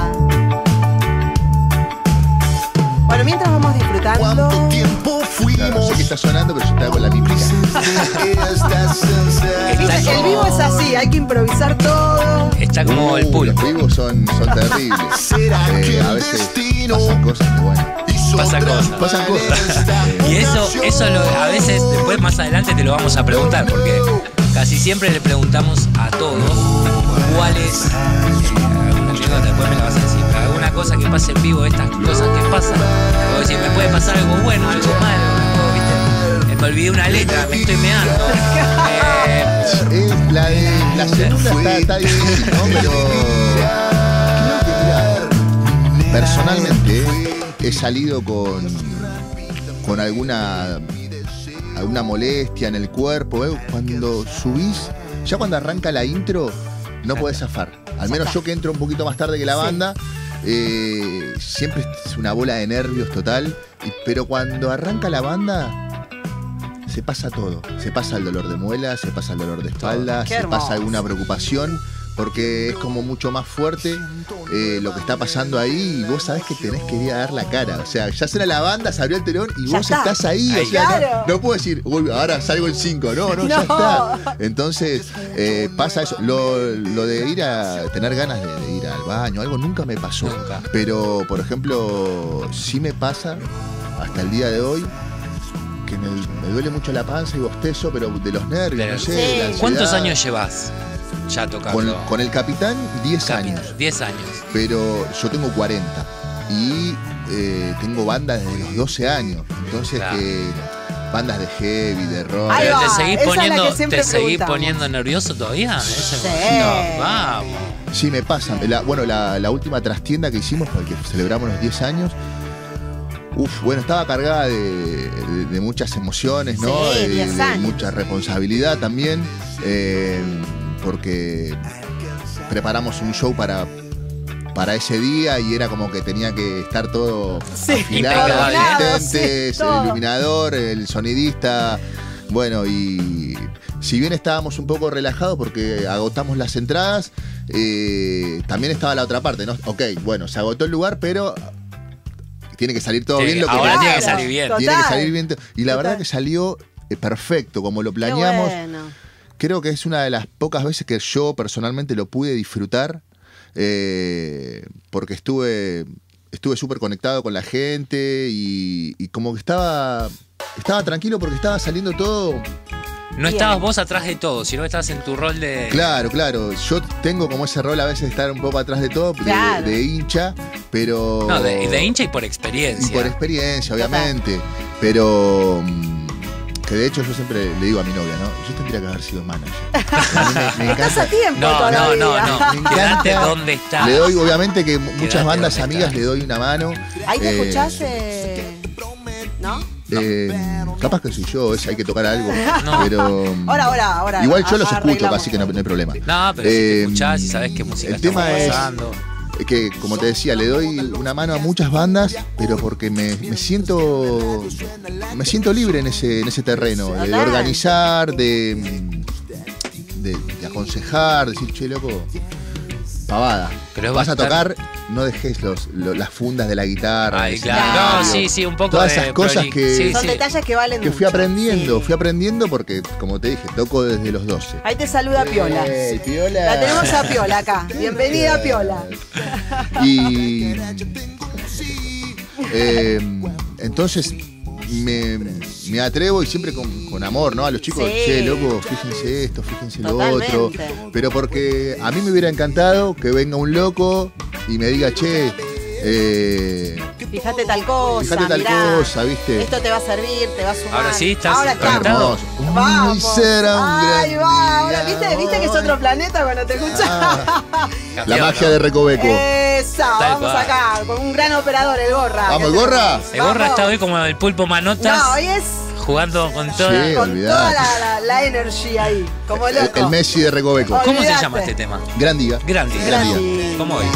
B: Bueno, mientras vamos disfrutando.
F: ¿Cuánto tiempo
E: Claro,
F: fuimos?
E: sé que está sonando, pero yo estaba con la mímica.
F: Estas sensaciones.
B: El vivo es así, hay que improvisar todo.
A: Está como el
E: Uh,
A: pulpo.
E: Los vivos son, son terribles.
F: ¿Será que
E: Eh, a
F: el
E: veces
F: destino
E: pasan cosas que bueno.
F: hizo
A: Pasa cosas.
E: Pasan cosas.
F: transparente
A: Y eso,
F: esta
A: eso lo- a veces,
F: ocasión?
A: después más adelante te lo vamos a preguntar, porque casi siempre le preguntamos a todos cuál es. eh, alguna anécdota, Después me la vas a decir, pero alguna cosa que pase en vivo, estas cosas que pasan. Puedo decir, me puede pasar algo bueno, algo malo, algo, ¿viste? Eh, Me olvidé una letra, me estoy meando. Eh,
E: Es la de la segunda está, está difícil, ¿no? Pero creo que, mirá, personalmente he salido con con alguna alguna molestia en el cuerpo, ¿eh? cuando subís, ya cuando arranca la intro no podés zafar. Al menos yo que entro un poquito más tarde que la banda, eh, siempre es una bola de nervios total, y- pero cuando arranca la banda se pasa todo. Se pasa el dolor de muela, se pasa el dolor de espalda,
B: Qué
E: se
B: hermoso.
E: pasa alguna preocupación, porque es como mucho más fuerte eh, lo que está pasando ahí y vos sabés que tenés que ir a dar la cara. O sea, ya será la banda, se abrió el telón y
B: Ya
E: vos
B: está.
E: estás ahí.
A: Ahí.
E: O sea, no-
B: Claro.
E: no, puedo decir, "Uy, ahora salgo en 5. No, no, ya
B: No.
E: está. Entonces, eh, pasa eso. Lo, lo de ir a tener ganas de, de ir al baño, algo nunca me pasó.
A: Nunca.
E: Pero, por ejemplo, sí me pasa hasta el día de hoy que me, me duele mucho la panza y bostezo, pero de los nervios,
A: Pero-
E: no sé.
B: Sí.
E: de la ansiedad.
A: ¿Cuántos años llevas ya tocando?
E: Con, con el capitán, 10 años.
A: 10 años.
E: Pero yo tengo 40 y eh, tengo bandas desde los 12 años. Entonces,
A: Claro.
E: que bandas de heavy, de rock.
B: Ahí
A: Pero
B: va,
A: te seguís
B: esa es la
A: poniendo,
B: que siempre
A: te seguís
B: preguntamos.
A: poniendo nervioso todavía. ¿eh? Ese
B: Sí.
A: momento. Vamos.
E: Sí, me pasan. La- bueno, la, la última trastienda que hicimos, porque celebramos los 10 años. Uf, bueno, estaba cargada de, de- de muchas emociones, ¿no?
B: Sí,
E: de,
B: 10
E: de
B: años.
E: mucha responsabilidad también, eh, porque preparamos un show para, para ese día y era como que tenía que estar todo
B: Sí,
E: afilado,
A: todo
E: los
B: afilado,
E: asistentes,
B: sí, todo.
E: el iluminador, el sonidista. Bueno, y si bien estábamos un poco relajados porque agotamos las entradas, eh, también estaba la otra parte, ¿no? Ok, bueno, se agotó el lugar, pero tiene que salir todo
A: Sí,
E: bien lo que
A: ahora
E: planeamos.
A: tiene que salir bien.
B: Total.
E: Tiene que salir bien. Y la verdad
B: Total.
E: que salió eh, perfecto, como lo
B: Qué
E: planeamos
B: bueno.
E: creo que es una de las pocas veces que yo personalmente lo pude disfrutar eh, porque estuve estuve súper conectado con la gente y, y como que estaba estaba tranquilo porque estaba saliendo todo
A: No estabas vos atrás de todo, sino que estabas en tu rol de.
E: claro claro yo tengo como ese rol a veces de estar un poco atrás de todo de,
B: Claro.
E: de hincha pero
A: No, de, de hincha y por
E: y
A: experiencia.
E: por experiencia obviamente pero mm, que de hecho yo siempre le digo a mi novia no yo tendría que haber sido manager A mí me- me
B: Estás
E: encanta-
B: a tiempo
A: no, no,
B: todavía.
A: no,
E: Me
A: no.
E: encanta.
A: Quedate donde estás.
E: Le doy, obviamente, que mu- muchas
A: Quedate
E: bandas
A: donde
E: amigas
A: estás.
E: le doy una mano.
B: Ahí te
E: Eh,
B: escuchás. eh, ¿No?
E: eh, capaz que soy yo, es, hay que tocar algo.
A: No.
E: Pero. mm,
B: Ahora, ahora, ahora.
E: Igual yo los
B: Ahora
E: escucho,
B: arreglamos.
E: así que no, no hay problema.
A: No, pero si te
E: Eh,
A: escuchás y sabés qué música
E: el tema
A: estamos
E: es-
A: pasando.
E: Es que, como te decía, le doy una mano a muchas bandas, pero porque me, me siento. Me siento libre en ese, en ese terreno. De
B: Total.
E: organizar, de. mm, De, de aconsejar, decir, che, loco. Pavada.
A: Pero es
E: Vas a
A: bastante-
E: tocar, no dejes los, lo- las fundas de la guitarra.
A: Ay,
E: el
A: claro. No, sí,
E: escenario.
A: sí, un poco
E: Todas
A: de
E: esas cosas
A: proli-
E: que-
A: sí,
B: Son
A: sí.
B: detalles que valen.
E: que fui
B: mucho.
E: aprendiendo,
B: Sí.
E: fui aprendiendo porque, como te dije, toco desde los 12.
B: Ahí te saluda
E: Eh,
B: Piola.
E: Ey, Piola.
B: La tenemos a Piola acá.
E: Eh,
B: Bienvenida, Piola.
E: Y. eh, entonces me, me atrevo y siempre con, con amor, ¿no? A los chicos,
B: Sí.
E: che, loco, fíjense esto, fíjense lo
B: Totalmente.
E: otro. Pero porque a mí me hubiera encantado que venga un loco y me diga, che, eh,
B: Fíjate tal cosa.
E: Fíjate tal
B: mirá.
E: cosa, ¿viste?
B: Esto te va a servir, te va a sumar.
A: Ahora sí, estás
B: Ahora estamos.
A: conectado.
E: hermoso. Uy, será un
B: Ay,
E: gran
B: va, ahora,
E: día
B: ¿viste, viste que es
E: hoy.
B: otro planeta cuando te escuchas.
E: Ah, la
A: Campeón,
E: magia
A: ¿no?
E: de Recoveco.
B: Eh, Esa,
A: Tal
B: vamos
A: cual.
B: acá, con un gran operador, el gorra.
E: Vamos,
B: Que
E: el
B: te-
E: gorra.
A: El gorra está hoy como el pulpo manotas
B: No, hoy es
A: jugando con toda.
E: Sí.
B: con
E: olvidate.
B: toda la, la, la energía ahí, como
E: El,
B: loco.
E: el Messi de Recoveco.
A: ¿Cómo se
B: Olvídate.
A: llama este tema?
E: Gran día.
A: Gran día.
E: Gran
B: día.
A: Como hoy.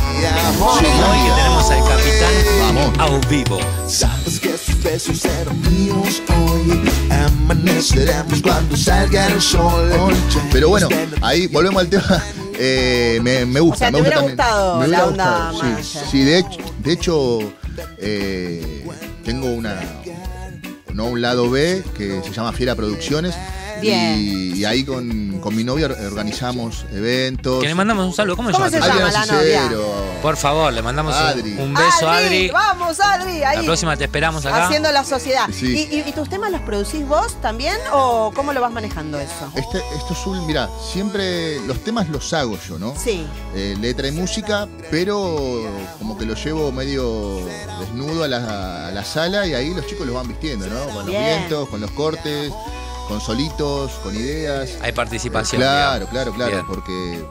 A: Como hoy que tenemos al capitán
E: Vamos.
A: a vivo.
F: Sabes que sus besos eran míos hoy. Amaneceremos cuando salga el sol.
E: Pero bueno, ahí volvemos al tema. Eh, me, me gusta,
B: sea,
E: me
B: te hubiera
E: gusta también.
B: gustado
E: Me
B: la onda
E: gustado, sí,
B: maya.
E: sí, de hecho, de hecho eh, tengo una no un lado B que se llama Fiera Producciones.
B: Bien.
E: Y, y ahí con, con mi novia organizamos eventos.
A: Que le mandamos un saludo. ¿Cómo,
B: ¿Cómo
A: llama
B: se
A: tu
B: llama?
A: novia?
E: Adriana
B: la novia?
E: Cicero.
A: Por favor, le mandamos un-
E: Adri.
A: un beso, Adri.
B: Vamos, Adri,
A: La
B: ahí.
A: próxima te esperamos acá.
B: Haciendo la sociedad.
E: Sí.
B: ¿Y, y, y tus temas los producís vos también o cómo lo vas manejando eso?
E: Este, esto es un, mira, siempre los temas los hago yo, ¿no?
B: Sí.
E: eh, letra y música, pero como que lo llevo medio desnudo a la, a la sala y ahí los chicos los van vistiendo, ¿no? Con los
B: Bien.
E: vientos, con los cortes, con solitos, con ideas.
A: Hay participación.
E: claro,
A: digamos.
E: claro, claro,
A: Bien.
E: porque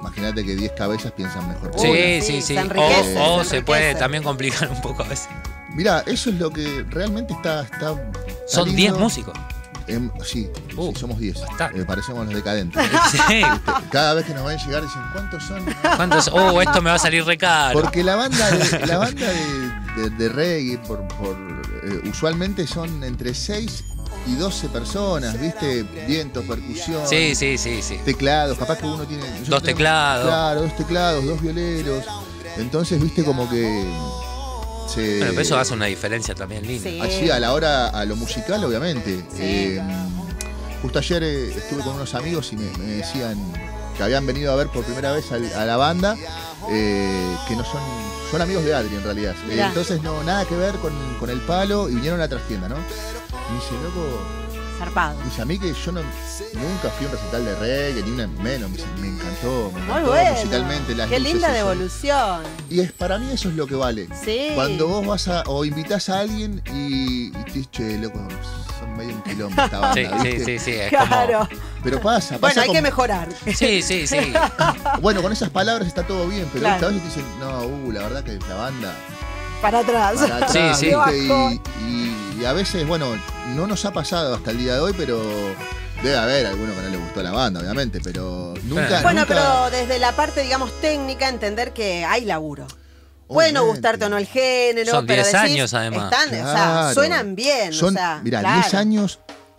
E: imagínate que 10 cabezas piensan mejor. que
A: Sí,
E: una.
B: sí,
A: sí, sí.
B: se enriquece,
A: o o
B: se
A: se, puede
B: enriquece.
A: también complicar un poco a veces.
E: Mira, eso es lo que realmente está... está, está
A: Son
E: lindo.
A: 10 músicos.
E: Em, sí,
A: Uh,
E: sí, somos 10.
A: bastante.
E: Eh, parecemos los decadentes.
A: Sí.
E: Cada vez que nos van a llegar dicen, ¿cuántos son?
A: ¿Cuántos? Oh, esto me va a salir re caro.
E: Porque la banda de, la banda de, de- de reggae por, por, eh, usualmente son entre 6 y 12 personas, ¿viste? Vientos, percusión,
A: Sí, sí, sí, sí.
E: teclados, capaz que uno tiene... yo
A: Dos
E: tengo-
A: teclados.
E: Claro, dos teclados, dos violeros. Entonces, ¿viste? Como que... Se,
A: Bueno, pero eso hace una diferencia también linda.
B: Sí.
E: Allí a la hora, a lo musical, obviamente. Eh, justo ayer eh, estuve con unos amigos y me, me decían que habían venido a ver por primera vez al- a, la banda, eh, que no son, son amigos de Adri en realidad. Eh,
B: Mirá.
E: entonces no, nada que ver con, con el palo y vinieron a la trastienda, ¿no? Y dice, loco,
B: Zarpado.
E: dice a mí que yo no, nunca fui a un recital de reggae, ni una menos, me, dice, me encantó, me
B: Muy
E: encantó
B: bueno.
E: musicalmente. Las
B: Qué
E: luces,
B: linda
E: eso".
B: devolución.
E: Y es, para mí eso es lo que vale.
B: Sí.
E: Cuando vos vas a, o invitas a alguien y, y te che, loco, son medio un quilombo esta banda,
A: Sí, sí,
E: ¿viste?
A: sí, sí, es como-
B: Claro.
E: Pero pasa, pasa.
B: Bueno, hay
E: con-
B: que mejorar.
A: Sí, sí, sí.
E: Bueno, con esas palabras está todo bien, pero
B: Claro.
E: esta vez te dicen, no, uh, la verdad que la banda.
B: Para atrás.
E: para atrás,
A: sí.
E: ¿viste?
B: Bajo.
E: Y, y- y a veces, bueno, no nos ha pasado hasta el día de hoy, pero debe haber alguno que no le gustó la banda, obviamente, pero nunca.
A: Claro.
B: Bueno,
E: nunca-
B: pero desde la parte, digamos, técnica, entender que hay laburo. Puede no
E: Obviamente.
B: gustarte o no el género,
A: Son
B: pero
A: 10
B: decís,
A: años, además.
B: Están, o sea,
E: Claro.
B: suenan bien.
E: Son,
B: o sea,
E: mirá,
B: claro.
E: 10 años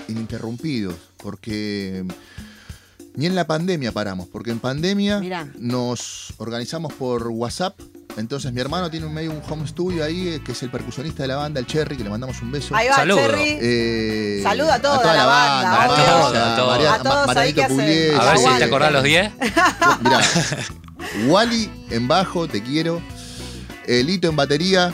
E: ininterrumpidos, porque mm, ni en la pandemia paramos, porque en pandemia
B: Mirá.
E: nos organizamos por WhatsApp. Entonces mi hermano tiene un medio un home studio ahí, eh, que es el percusionista de la banda, el Cherry, que le mandamos un beso.
B: Ahí va,
A: Saludo.
B: Cherry.
E: Eh,
B: Saludo a toda la banda,
E: a
A: obvio.
E: Marcia,
A: A todos, a
E: María-
B: todos. A todos
E: Ma-
B: ahí que
E: Marianito
B: hacen-
E: Pugliese,
A: A ver si te
E: eh,
A: acordás los 10.
E: Mirá, Wally en bajo, te quiero. Elito en batería.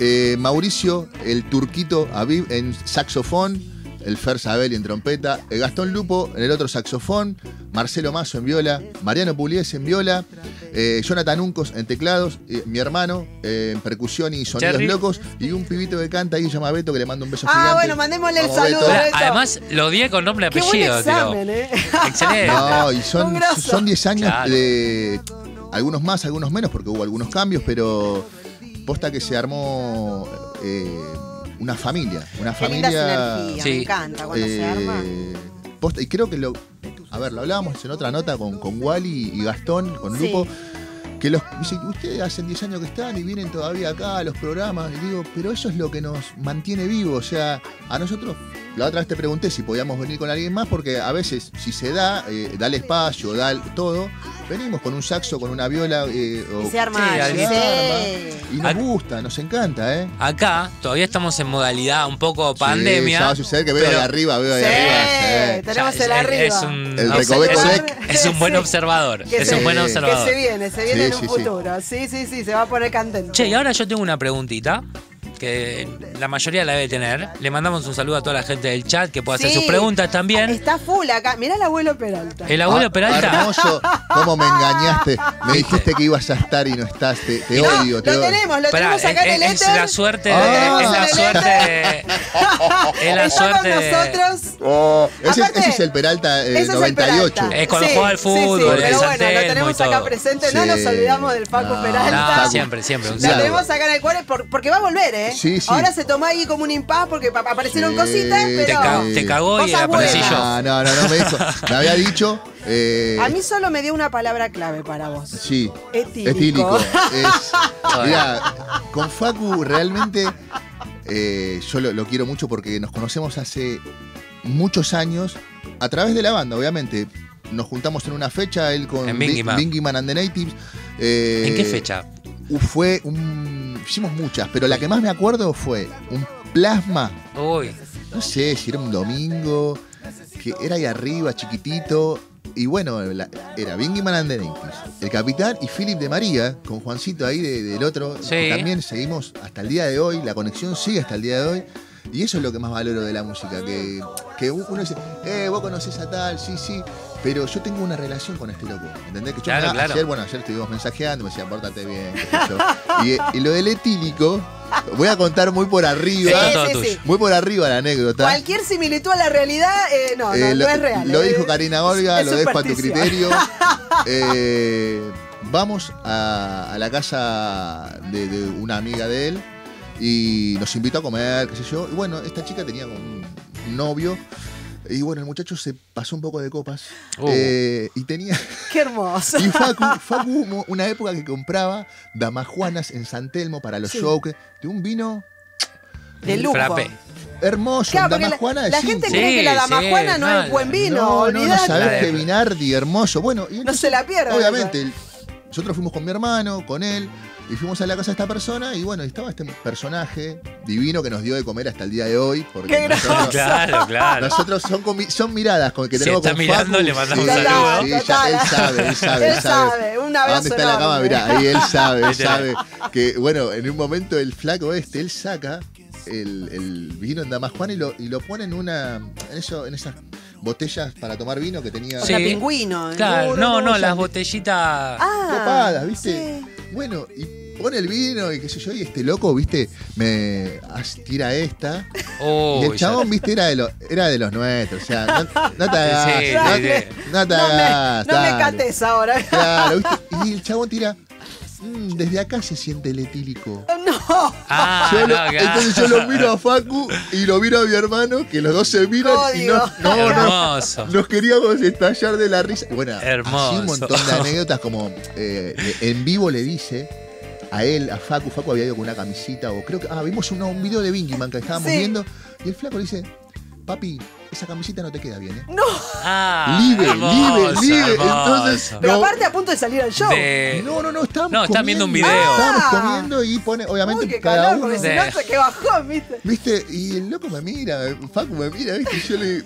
E: eh, Mauricio, el turquito Aviv en saxofón. El Fer Sabelli en trompeta. eh, Gastón Lupo en el otro saxofón. Marcelo Mazo en viola. Mariano Pugliese en viola. eh, Jonathan Uncos en teclados. eh, mi hermano eh, en percusión y sonidos
A: Cherry.
E: locos. Y un pibito que canta ahí se llama Beto que le mando un beso
B: Ah,
E: gigante.
B: bueno, mandémosle el
E: Vamos,
B: saludo,
E: Beto.
A: Pará,
B: Beto.
A: Además, los 10 con nombre y
B: Qué buen
A: apellido, tío.
B: examen, ¿eh?
A: Excelente.
E: No, y
B: Un
E: son,
B: grosso.
E: son 10 años
A: Claro.
E: de algunos más, algunos menos, porque hubo algunos cambios, pero posta que se armó eh, una familia. Una
B: Qué linda sinergia.
E: familia.
A: Sí.
B: Me encanta cuando se
E: eh,
B: arma.
E: posta- y creo que lo. A ver, lo hablábamos en otra nota con, con Wally y Gastón, con
B: Sí.
E: Lupo. Que los, dice, ustedes hacen 10 años que están y vienen todavía acá a los programas. Y digo, pero eso es lo que nos mantiene vivo. O sea, a nosotros, la otra vez te pregunté si podíamos venir con alguien más, porque a veces, si se da, eh, da el espacio, da el- todo, venimos con un saxo, con una viola. eh, o-
B: Y se arma.
A: Sí,
B: algo,
A: alguien-
B: sí.
E: Y nos gusta, nos encanta, ¿eh?
A: Acá todavía estamos en modalidad un poco
E: Sí, ya va
A: pandemia.
E: a suceder que veo
A: pero-
E: de arriba, veo de
B: Sí.
E: arriba. sí.
B: Tenemos
A: Ya,
B: el
A: es-
B: arriba.
A: Es un,
E: El
A: no sé,
E: recoveco
A: es un-
B: de-
A: es un buen
B: Sí.
A: observador.
B: Que
A: Es
B: se-
A: un buen
E: que
B: Que se
A: observador.
B: viene, se viene
E: Sí,
B: en un
E: sí, sí.
B: futuro. Sí. sí, sí, se va a poner cantante.
A: Che, y ahora yo tengo una preguntita que la mayoría la debe tener. Le mandamos un saludo a toda la gente del chat que puede hacer
B: Sí.
A: sus preguntas también.
B: Está full acá. Mirá el abuelo Peralta.
A: El abuelo
E: Ah,
A: Peralta.
E: Hermoso, cómo me engañaste. Me dijiste que ibas a estar y no estás. Te, te
B: No,
E: odio, te
B: lo
E: odio.
B: tenemos,
A: Pará,
B: lo tenemos acá
A: es,
B: en el
A: es
B: éter.
A: la suerte de,
E: Ah.
A: es la
B: Tenemos en el
A: suerte de- es la
B: Está
A: suerte de-
B: con nosotros.
E: Oh, ese,
B: Aparte,
E: ese es el Peralta eh,
B: Ese es el
E: 98.
B: Peralta. Eh,
A: Es cuando jugaba al fútbol,
B: sí,
A: en
B: pero
A: San
B: bueno, lo
A: Telmo
B: tenemos
A: y
B: acá
A: todo.
B: presente. No
E: Sí.
B: nos olvidamos del Paco
E: No,
B: Peralta.
A: No, siempre, siempre. Un
E: Sí.
B: Lo
A: saludo.
B: tenemos acá en el cuore por- porque va a volver, ¿eh?
E: Sí, sí.
B: Ahora se tomó ahí como un impas porque pa- aparecieron
E: Sí.
B: cositas, pero.
A: Te, ca- te cagó y
B: Cosas
A: aparecí
B: buenas.
A: yo.
E: No, no, no, no me dijo. Me había dicho. eh,
B: A mí solo me dio una palabra clave para vos.
E: Sí.
B: Etílico.
E: Etílico. Es- mirá, con Facu realmente eh, yo lo, lo quiero mucho porque nos conocemos hace muchos años a través de la banda, obviamente. Nos juntamos en una fecha, él con
A: En Bingy Man.
E: Bi- Bingy Man and the Natives. eh,
A: ¿En qué fecha?
E: Fue un. Hicimos muchas, pero la que más me acuerdo fue un plasma
A: Uy,
E: no sé si era un domingo, que era ahí arriba, chiquitito. Y bueno, la- era Bingy Man and the Natives, el capitán y Philip de María, con Juancito ahí de- del otro.
A: Sí.
E: que también seguimos hasta el día de hoy, la conexión sigue hasta el día de hoy. Y eso es lo que más valoro de la música, que, que uno dice, eh, vos conocés a tal, sí, sí, pero yo tengo una relación con este loco, ¿entendés? Que yo
A: Claro,
E: me-
A: claro.
E: ayer, bueno, ayer estuvimos mensajeando, me decía, pórtate bien, qué sé yo. Y, y lo del etílico, voy a contar muy por arriba.
A: esto
B: Sí,
A: es todo
B: sí,
A: tuyo.
B: sí.
E: Muy por arriba la anécdota.
B: Cualquier similitud a la realidad, eh, no, no,
E: Eh,
B: no
E: lo,
B: es real.
E: lo
B: eh.
E: dijo Karina Olga,
B: es
E: lo dejo a tu
B: superstición.
E: criterio. Eh, vamos a, a la casa de, de una amiga de él y nos invitó a comer, qué sé yo. Y bueno, esta chica tenía un novio. Y bueno, el muchacho se pasó un poco de copas.
A: Oh.
E: Eh, y tenía.
B: Qué hermoso.
E: Y Facu, Facu hubo una época que compraba damajuanas en San Telmo para los
B: Sí.
E: shows. que- De un vino
B: De lujo.
A: frappé.
E: hermoso.
B: Claro,
E: un
B: porque
E: damajuana
B: la,
E: de
B: la
E: cinco.
B: gente cree que la
A: Sí, sí,
B: damajuana no,
A: no,
B: es buen vino,
E: No, no, no
B: olvidate.
E: sabés
A: olvidate.
E: que Vinardi, hermoso. Bueno, y
B: No se la pierdan.
E: Obviamente, el- nosotros fuimos con mi hermano, con él, y fuimos a la casa de esta persona, y bueno, estaba este personaje divino que nos dio de comer hasta el día de hoy. Porque
B: Qué
E: nosotros,
A: Claro, claro.
E: nosotros son, comi- son miradas con, que
A: Ah, Si
E: tenemos
A: está
E: con
A: mirando,
E: Facu,
A: le mandamos
E: sí,
A: un saludo.
E: sí, ya él sabe, él sabe,
B: Él sabe, un abrazo
E: ¿Dónde está la cama?
B: enorme.
E: Mirá, ahí él sabe, él
A: Viste.
E: sabe. Que bueno, en un momento el flaco este, él saca el, el vino en Damasjuana y lo, y lo pone en una. En, eso, en esas botellas para tomar vino que tenía.
B: Con la
A: Sí.
B: pingüino. ¿eh?
A: Claro, no, no,
E: ya
A: las
E: te-
A: botellitas.
B: Ah,
E: copadas, ¿viste?
B: sí.
E: Bueno, y pone el vino y qué sé yo, y este loco, ¿viste? Me as- tira esta.
A: Uy,
E: y el
A: ya-
E: chabón, ¿viste? Era de, los, era de los nuestros, o sea, no, no te hagas.
A: Sí,
E: no,
A: sí, sí.
E: no te
B: No me,
E: hagas,
B: no me
E: Ah, dale.
B: cates ahora.
E: Claro, ¿viste? Y el chabón tira, "Mm, desde acá se siente el etílico.
B: No,
A: Ah,
E: Yo
A: no,
E: lo-
A: claro.
E: entonces yo lo miro a Facu y lo miro a mi hermano, que los dos se miran y no,
B: Código.
E: no, no,
A: Hermoso.
E: nos queríamos estallar de la risa. Bueno,
A: Hermoso.
E: así un montón de anécdotas como eh, en vivo le dice a él, a Facu, Facu había ido con una camisita o creo que ah, vimos una- un video de Bingy Man que estábamos
B: Sí.
E: viendo y el flaco le dice, "Papi, esa camisita no te queda bien, ¿eh?"
A: Ah,
E: libre,
A: hermoso,
E: libre, libre.
A: hermoso.
E: Entonces,
B: pero
E: No.
B: aparte a punto de salir al show.
A: De-
E: No, no, no, estábamos
A: Eh, No, están viendo un video.
E: Estábamos
B: Ah.
E: comiendo y pone obviamente
B: Uy, qué
E: cada
B: calor,
E: uno
B: porque si
A: de-
B: no se que bajó, ¿viste?
E: ¿Viste? Y el loco me mira, Facu me mira, ¿viste? Y yo le,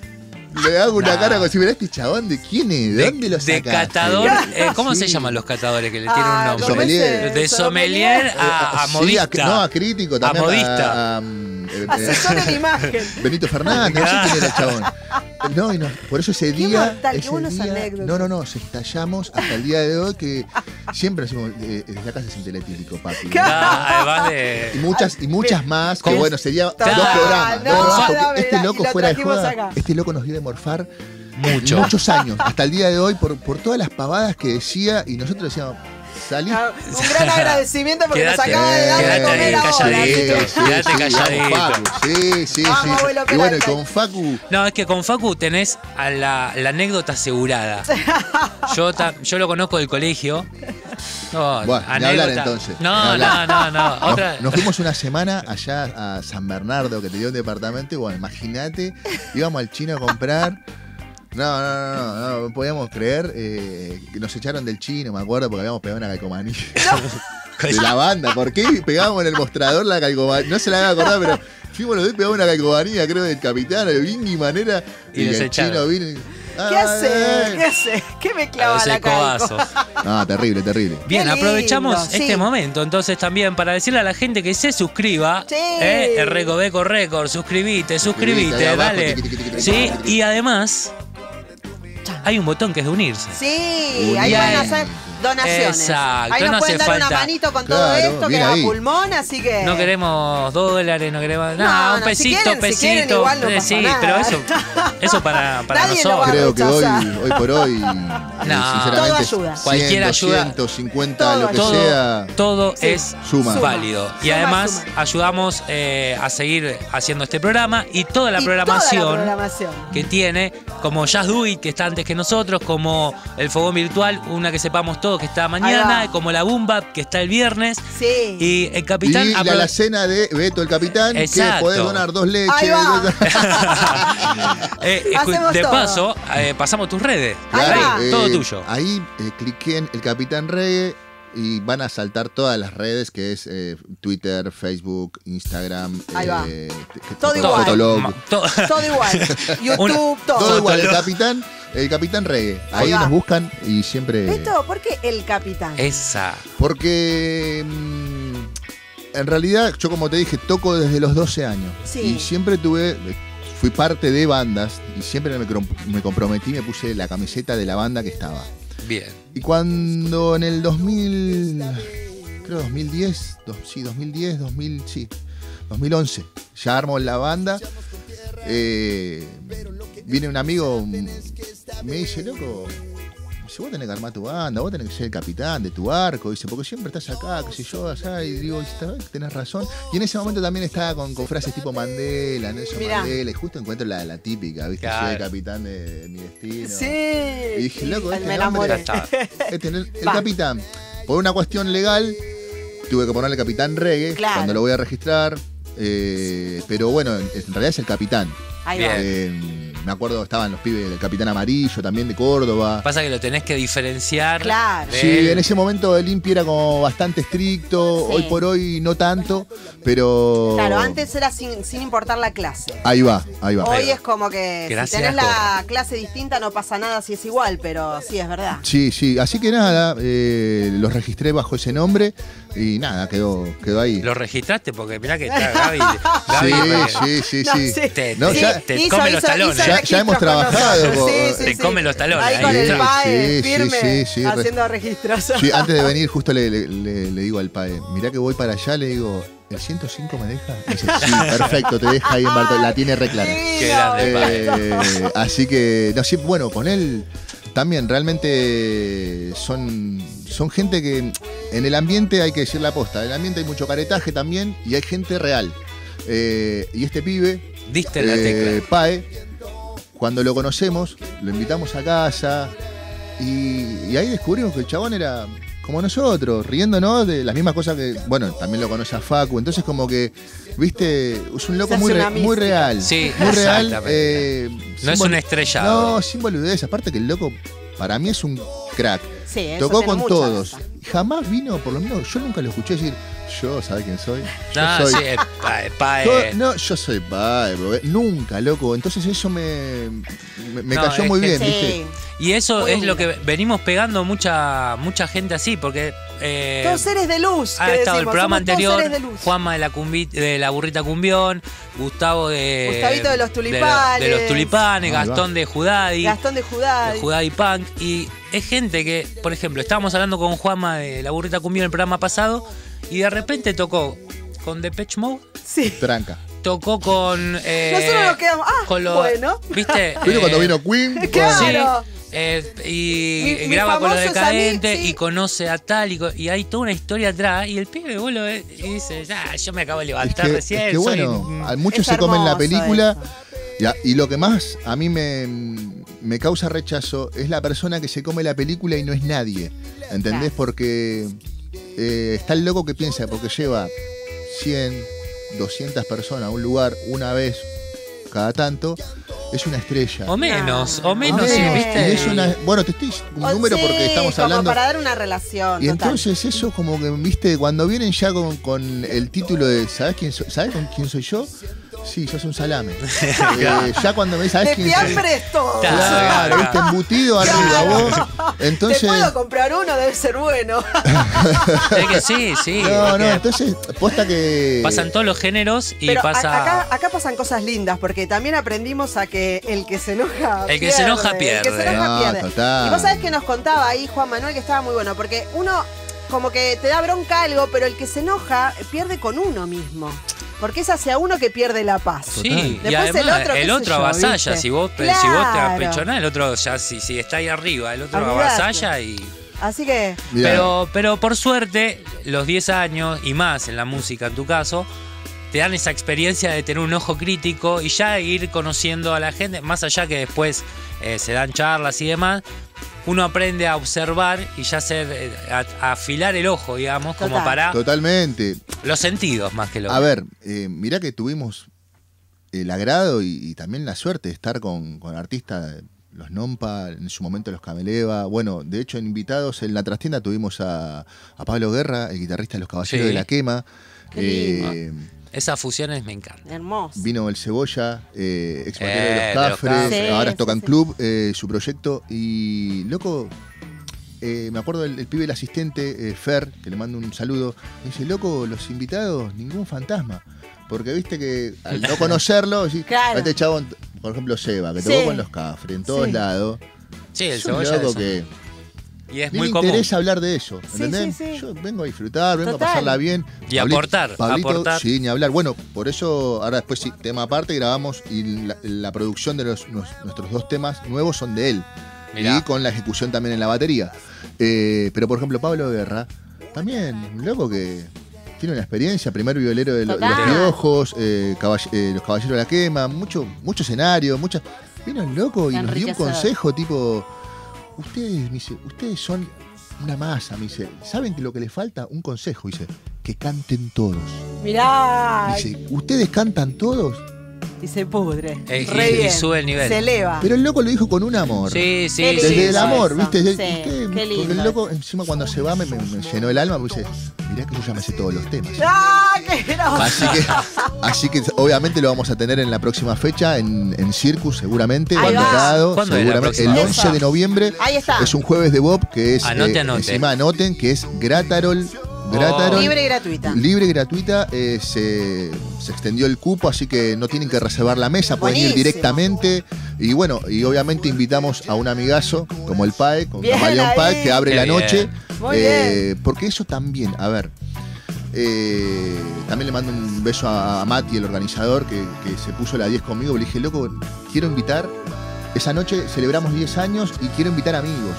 E: le hago una
A: Nah.
E: cara como si mirá este chabón, ¿de quién es? ¿De dónde lo
A: de
E: sacaste?
A: catador, eh, ¿cómo se
E: Sí.
A: llaman los catadores que le
B: Ah,
A: tienen un nombre?
E: ¿cómo Sommelier. Eh,
B: es?
A: De sommelier a, a
E: Ah, Sí,
A: modista.
E: cr- no, a crítico también.
A: A modista.
E: a, um, eh,
B: Asesor en imagen.
E: eh, Benito Fernández, no sé quién era el chabón. Eh, No, y no, por eso ese día.
B: mortal, qué
E: ese
B: buenas
E: día-
B: anécdotas.
E: No, no, no, se estallamos hasta el día de hoy que siempre decimos, eh, desde acá se siente el etílico, papi.
A: Ah, además
E: Y
A: de.
E: muchas, y muchas más, que
A: ¿Cómo?
E: bueno, sería dos
A: Claro,
E: programas.
A: no,
E: dos programas,
B: no,
E: porque este
B: mira, y
E: loco
B: lo
E: fuera de
B: trajimos
E: joda,
B: acá.
E: este loco nos dio de morfar
A: Mucho.
E: muchos años, hasta el día de hoy, por, por todas las pavadas que decía, y nosotros decíamos, salí.
B: Ah, Un gran agradecimiento porque nos
A: Quédate,
B: acaba de dar de
A: quédate
B: comer
A: ahí,
B: ahora.
A: calladito. Quédate
E: vamos,
A: calladito.
E: Facu, Sí, sí,
B: Vamos,
E: sí.
B: abuelo
E: Y bueno, y
B: Peralta.
E: con Facu,
A: No, es que con Facu tenés a la, la anécdota asegurada. Yo, ta- yo lo conozco del colegio. No,
E: Bueno, ni hablar entonces,
A: No,
E: ni hablar.
A: no, no, no.
E: nos,
A: Otra.
E: nos fuimos una semana allá a San Bernardo, que tenía un departamento, y bueno, imagínate, íbamos al chino a comprar. No, no, no, no, no, no podíamos creer eh, que nos echaron del chino, me acuerdo, porque habíamos pegado una calcomanía. De la banda, ¿por qué pegábamos en el mostrador la calcomanía? No se la había acordado, pero fuimos los dos y pegamos una calcomanía, creo, del capitán, el Bingy Manera,
A: Y
E: y,
A: nos
E: el
A: echaron.
E: chino vino. y-
B: ¿Qué
E: Ah,
B: hace?
E: eh.
B: ¿Qué hace? ¿Qué me
A: a
B: clava
A: los
B: la calco?
A: escobazos.
E: No, terrible, terrible.
A: Bien,
B: lindo,
A: aprovechamos
B: sí.
A: este momento entonces también para decirle a la gente que se suscriba.
B: Sí.
A: Eh, el Recoveco Record, suscribite,
E: Suscribite,
A: suscribite,
E: ahí abajo,
A: dale.
E: tiqui, tiqui, tiqui,
A: Sí,
E: tiqui, tiqui.
A: y además hay un botón que es de unirse.
B: Sí, ahí
E: Bien.
B: van a hacer donaciones.
A: Exacto,
B: ahí nos
A: no
B: pueden
A: hace
B: dar una
A: falta.
B: manito con todo
E: Claro,
B: esto que
E: bien
B: es a
E: ahí.
B: pulmón, así que.
A: No queremos dólares, no queremos
B: Eh. No,
A: nada, un
B: no, si
A: pesito,
B: quieren- si
A: pesito.
B: quieren igual no
A: Eh,
B: pasa
A: sí,
B: nada.
A: pero eso, eso para, para
B: Nadie lo va a
A: nosotros.
E: Creo que hoy,
B: rechazar.
E: hoy por hoy, eh,
A: No.
B: Todo
E: sinceramente,
B: ayuda.
E: 100,
A: Cualquier ayuda.
E: 150,
B: Todo
E: lo que
B: ayuda.
E: sea.
A: Todo, todo es
E: Suma.
A: válido. Y
B: Suma,
A: además
B: suma.
A: ayudamos eh, a seguir haciendo este programa y toda la
B: Y
A: programación.
B: Toda la programación.
A: que tiene, como Jazz Do It, que está antes que nosotros, como El Fogón Virtual, una que sepamos todos Fuego, que está mañana,
B: Ahí va.
A: como la Boom Bap, que está el viernes.
B: Sí.
A: Y el
E: Y
A: capitán.
E: la,
A: apro-
E: la cena de Beto el Capitán,
A: Exacto.
E: que podés donar dos leches.
B: Ahí va.
A: Eh, escu-
B: Hacemos
A: de
B: todo.
A: paso, eh, pasamos tus redes.
B: Ahí va.
A: Rey, todo tuyo.
E: eh, Ahí eh, cliquen el Capitán Reggae y van a saltar todas las redes que es eh, Twitter, Facebook, Instagram,
B: Ahí va.
E: eh,
B: Todo
E: Fotolog.
B: igual.
A: Ma- todo-
B: Todo igual. YouTube, todo.
E: Todo igual, el
A: Fotolog.
E: Capitán, el Capitán Reggae.
B: Ahí
E: Ahí,
B: va.
E: nos buscan y siempre.
B: Beto, ¿por qué el capitán?
A: Eh, Esa.
E: Porque mm, en realidad yo como te dije toco desde los 12 años
B: Sí.
E: y siempre tuve fui parte de bandas y siempre me, crom- me comprometí me puse la camiseta de la banda que estaba.
A: Bien.
E: Y cuando en el 2000 creo 2010, dos- sí, 2010, 2000, sí, 2011 ya armo la banda eh, viene un amigo me dice, loco, me dice, vos tenés que armar tu banda, vos tenés que ser el capitán de tu barco, dice, porque siempre estás acá, qué sé yo, allá, y digo, "Está- tenés razón. Y en ese momento también estaba con, con frases tipo Mandela, Nelson
B: Mirá.
E: Mandela, y justo encuentro la, la típica, ¿viste? Soy
A: Claro.
E: el capitán de, de mi destino.
B: Sí.
E: Y dije, loco, este
B: me
A: Ya
B: enamoré.
E: nombre-
A: está.
E: Este, el, el
B: Va.
E: capitán, por una cuestión legal, tuve que ponerle capitán reggae
B: Claro.
E: cuando lo voy a registrar, eh, pero bueno, en- en realidad es el capitán.
B: Ahí
A: Bien.
B: va.
E: Eh, me acuerdo, estaban los pibes del Capitán Amarillo, también de Córdoba.
A: Pasa que lo tenés que diferenciar.
B: Claro.
A: de-
E: Sí, en ese momento el Impi era como bastante estricto,
B: Sí.
E: hoy por hoy no tanto, pero...
B: Claro, antes era sin, sin importar la clase.
E: Ahí va, ahí va.
B: Hoy es como que si
A: Gracias,
B: tenés la clase distinta no pasa nada si es igual, pero sí, es verdad.
E: Sí, sí, así que nada, eh, los registré bajo ese nombre y nada, quedó, quedó ahí.
A: Lo registraste porque mirá que está Gaby. Gaby,
E: Sí,
A: eh,
E: sí, sí,
B: No,
E: sí.
B: sí.
A: Te-
E: No,
A: sí,
E: ya-
A: te come los talones.
E: Ya- ya
B: registros
E: hemos
B: con
E: trabajado
B: nosotros.
E: con-
A: Te come los talones,
B: Ahí con
E: ahí.
B: el
E: Sí,
B: padre,
E: sí,
B: firme,
E: sí, sí, sí, re-
B: haciendo registros.
E: Sí, antes de venir justo le, le- le- le digo al padre, mirá que voy para allá, le digo, ¿el 105 me deja? Me dice, sí, perfecto, te deja ahí en Bartol, la tiene re clara.
A: Qué grande,
B: Divino,
A: padre.
E: Eh, así que, no, sí, bueno, con él también realmente son, son gente que en el ambiente hay que decir la aposta. En el ambiente hay mucho caretaje también y hay gente real. Eh, y este pibe,
A: Diste la
E: eh,
A: tecla.
E: Pae, cuando lo conocemos, lo invitamos a casa y, y ahí descubrimos que el chabón era como nosotros, riéndonos de las mismas cosas que, bueno, también lo conoce a Facu, entonces como que, viste, es un
B: Se
E: loco
B: hace
E: muy, re-
B: una
E: muy
B: mística.
E: real,
A: Sí,
E: muy real.
A: exactamente.
E: eh, sin
A: No es
E: bol-
A: un estrellado.
E: No, sin boludez, aparte que el loco para mí es un crack.
B: Sí, eso
E: Tocó
B: tiene
E: con
B: mucha
E: todos.
B: data.
E: Jamás vino, por lo menos yo nunca lo escuché decir, yo, ¿sabes quién soy? Yo
A: No,
E: soy
A: sí, eh, Pae, Pae.
E: todo-
B: Eh,
E: no, yo soy padre, bro. nunca, loco. Entonces eso me, me, me
A: No,
E: cayó
A: es
E: muy
A: que
E: bien,
B: Sí.
E: ¿viste?
A: Y eso
B: Muy
A: es lo que
B: humilde.
A: venimos pegando mucha mucha gente así, porque eh,
B: Todos seres de luz.
A: ha
B: que
A: estado el
B: decimos,
A: programa
B: somos todos
A: anterior,
B: seres de luz.
A: Juanma de la, cumbi- de la burrita cumbión, Gustavo de
B: Gustavito de los
A: lo-
B: tulipanes.
A: de los tulipanes,
E: Ahí va.
A: Gastón de Judadi,
B: Gastón de Judá.
A: de Judadi Punk y es gente que, por ejemplo, estábamos hablando con Juanma de la burrita cumbión en el programa pasado y de repente tocó con Depeche Mode,
B: Sí.
E: Tranca.
B: Eh,
A: tocó con eh,
B: Nosotros nos quedamos. Ah,
A: con lo-
B: bueno.
A: ¿Viste?
E: ¿Viste
A: Eh,
E: cuando vino Queen?
B: Claro.
A: Sí,
B: Claro.
A: eh, y
B: Mi- mi
A: graba con los
B: famoso es a mí,
A: decadentes
B: sí.
A: y conoce a tal y, co- y hay toda una historia atrás y el pibe vos lo ves y dice, ya, yo me acabo de
E: Es
A: levantar
E: que,
A: recién.
E: es que
A: soy
E: bueno,
A: un-
E: a muchos
B: Es
E: se comen la
B: hermoso
E: película. Y, a- y lo que más a mí me, me causa rechazo es la persona que se come la película y no es nadie. ¿Entendés?
B: Claro.
E: Porque eh, está el loco que piensa, porque lleva 100, 200 personas a un lugar una vez cada tanto, es una estrella.
A: o menos,
B: No.
A: o menos,
B: sí,
A: sí,
E: Menos,
A: ¿viste?
E: Ah, y es una- bueno, te estoy diciendo un
B: O-
E: número
B: Oh, sí,
E: porque estamos
B: como
E: hablando.
B: para dar una relación.
E: Y
B: total.
E: entonces eso como que, viste, cuando vienen ya con, con el título de ¿sabes quién soy? ¿Sabes con quién soy yo? Sí, sos un salame. Eh, ya cuando me
B: De
E: sabes quién soy.
B: fiambre es todo.
A: Claro.
E: Claro, viste, embutido arriba vos.
B: Te
E: Entonces.
B: puedo comprar uno, debe ser bueno.
A: Es que sí, sí.
E: No,
A: es
E: no,
A: que
E: entonces, posta que.
A: Pasan todos los géneros y
B: Pero a-
A: pasa...
B: acá, acá pasan cosas lindas, porque también aprendimos a que el que se enoja
A: El que se enoja,
B: El que se
A: pierde.
B: enoja
E: No,
B: pierde.
E: Ah, total.
B: Y vos sabés que nos contaba ahí Juan Manuel que estaba muy bueno, porque uno como que te da bronca algo, pero el que se enoja pierde con uno mismo. Porque es hacia uno que pierde la paz.
A: Sí,
B: Después
A: y además el otro,
B: qué sé yo,
A: avasalla.
B: ¿viste?
A: Si vos, si vos te
B: Claro.
A: apechonás, el otro ya si, si está ahí arriba, el otro
B: Olvidate.
A: avasalla y
B: Así que,
E: Mirá,
A: Pero, pero por suerte, los 10 años y más en la música en tu caso, te dan esa experiencia de tener un ojo crítico y ya ir conociendo a la gente, más allá que después eh, se dan charlas y demás, uno aprende a observar y ya hacer, eh, a, a afilar el ojo, digamos, como
B: Total.
A: para
E: Totalmente.
A: los sentidos más que los.
E: A ver, eh, mirá que tuvimos el agrado y, y también la suerte de estar con, con artistas, los Nompa, en su momento los Cameleva. Bueno, de hecho, invitados en la trastienda tuvimos a, a Pablo Guerra, el guitarrista de Los Caballeros
A: Sí.
E: de la Quema.
B: Qué lindo.
E: Eh,
A: Esas fusiones me encantan.
B: Hermoso.
E: Vino el Cebolla, eh, ex batería
A: Eh,
E: de
A: de
E: los
A: Los
E: Cafres,
B: Cafres. Sí,
E: ahora
B: sí,
E: tocan
B: sí.
E: club, eh, su proyecto. Y loco, eh, me acuerdo del, del pibe, el asistente, eh, Fer, que le mando un saludo, me dice, loco, los invitados, ningún fantasma. Porque viste que al no conocerlo, decís,
B: Claro.
E: "A este chabón, por ejemplo, Seba, que
B: Sí.
E: tocó con los Cafres en todos
B: Sí.
E: lados.
A: Sí, el
E: es un
A: cebolla.
E: loco
A: es-
E: que
A: Y es
E: ni
A: muy
E: le
A: común.
E: interesa hablar de eso,
B: Sí,
E: ¿entendés?
B: sí, sí.
E: Yo vengo a disfrutar, vengo
B: Total.
E: a pasarla bien.
A: Y aportar,
E: Pablito,
A: aportar.
E: Sí, ni hablar. Bueno, por eso ahora después sí, tema aparte grabamos y la, la producción de los, nos- nuestros dos temas nuevos son de él.
A: Mirá.
E: Y con la ejecución también en la batería. Eh, pero por ejemplo, Pablo Guerra, también, un loco que tiene una experiencia, primer violero de, lo- de los
B: Total.
E: piojos, eh, caball- eh, los caballeros de la quema, mucho, mucho escenario, muchas. Vino el loco y nos dio un
B: Enriquecedor.
E: consejo tipo. Ustedes, me dice, ustedes son una masa, me dice. ¿Saben que lo que les falta? Un consejo, dice. Que canten todos.
B: Mirá.
E: Dice, ustedes cantan todos.
B: Y se pudre.
A: Eh, y-
B: Re
A: y
B: bien.
A: sube el nivel.
B: Se eleva.
E: Pero el loco lo dijo con un amor.
A: Sí, sí,
B: Qué
A: sí.
E: Desde
B: lindo
E: el amor,
B: eso.
E: ¿viste?
B: Ah. Sí,
E: Usted-
B: qué
E: porque
B: lindo.
E: el loco, encima cuando se va, me, me- me llenó el alma, me dice, mirá que yo ya me sé todos los temas.
B: ¡Ah, qué hermoso!
E: Así que, así que obviamente lo vamos a tener en la próxima fecha, en, en Circus, seguramente.
B: Ahí va.
E: Abandonado,
A: ¿Cuándo es la
E: seguramente.
A: próxima?
E: El 11 de noviembre.
B: Ahí está.
E: Es un jueves de Bob que es. eh,
A: Anote, anote.
E: Encima anoten, que es Gratarol. Gratarol.
B: Libre y gratuita.
E: Libre y gratuita, eh, se, se extendió el cupo, así que no tienen que reservar la mesa, pueden ir
B: Buenísimo.
E: directamente. Y bueno, y obviamente invitamos a un amigazo como el PAE, con
B: Bien
E: Camaleón
B: ahí.
E: PAE, que abre
A: Qué
E: la
A: bien.
E: noche. Eh,
B: Muy
E: Porque eso también, a ver. eh, también le mando un beso a, a Mati, el organizador, que, que se puso la 10 conmigo. Le dije, loco, quiero invitar. Esa noche celebramos 10 años y quiero invitar amigos.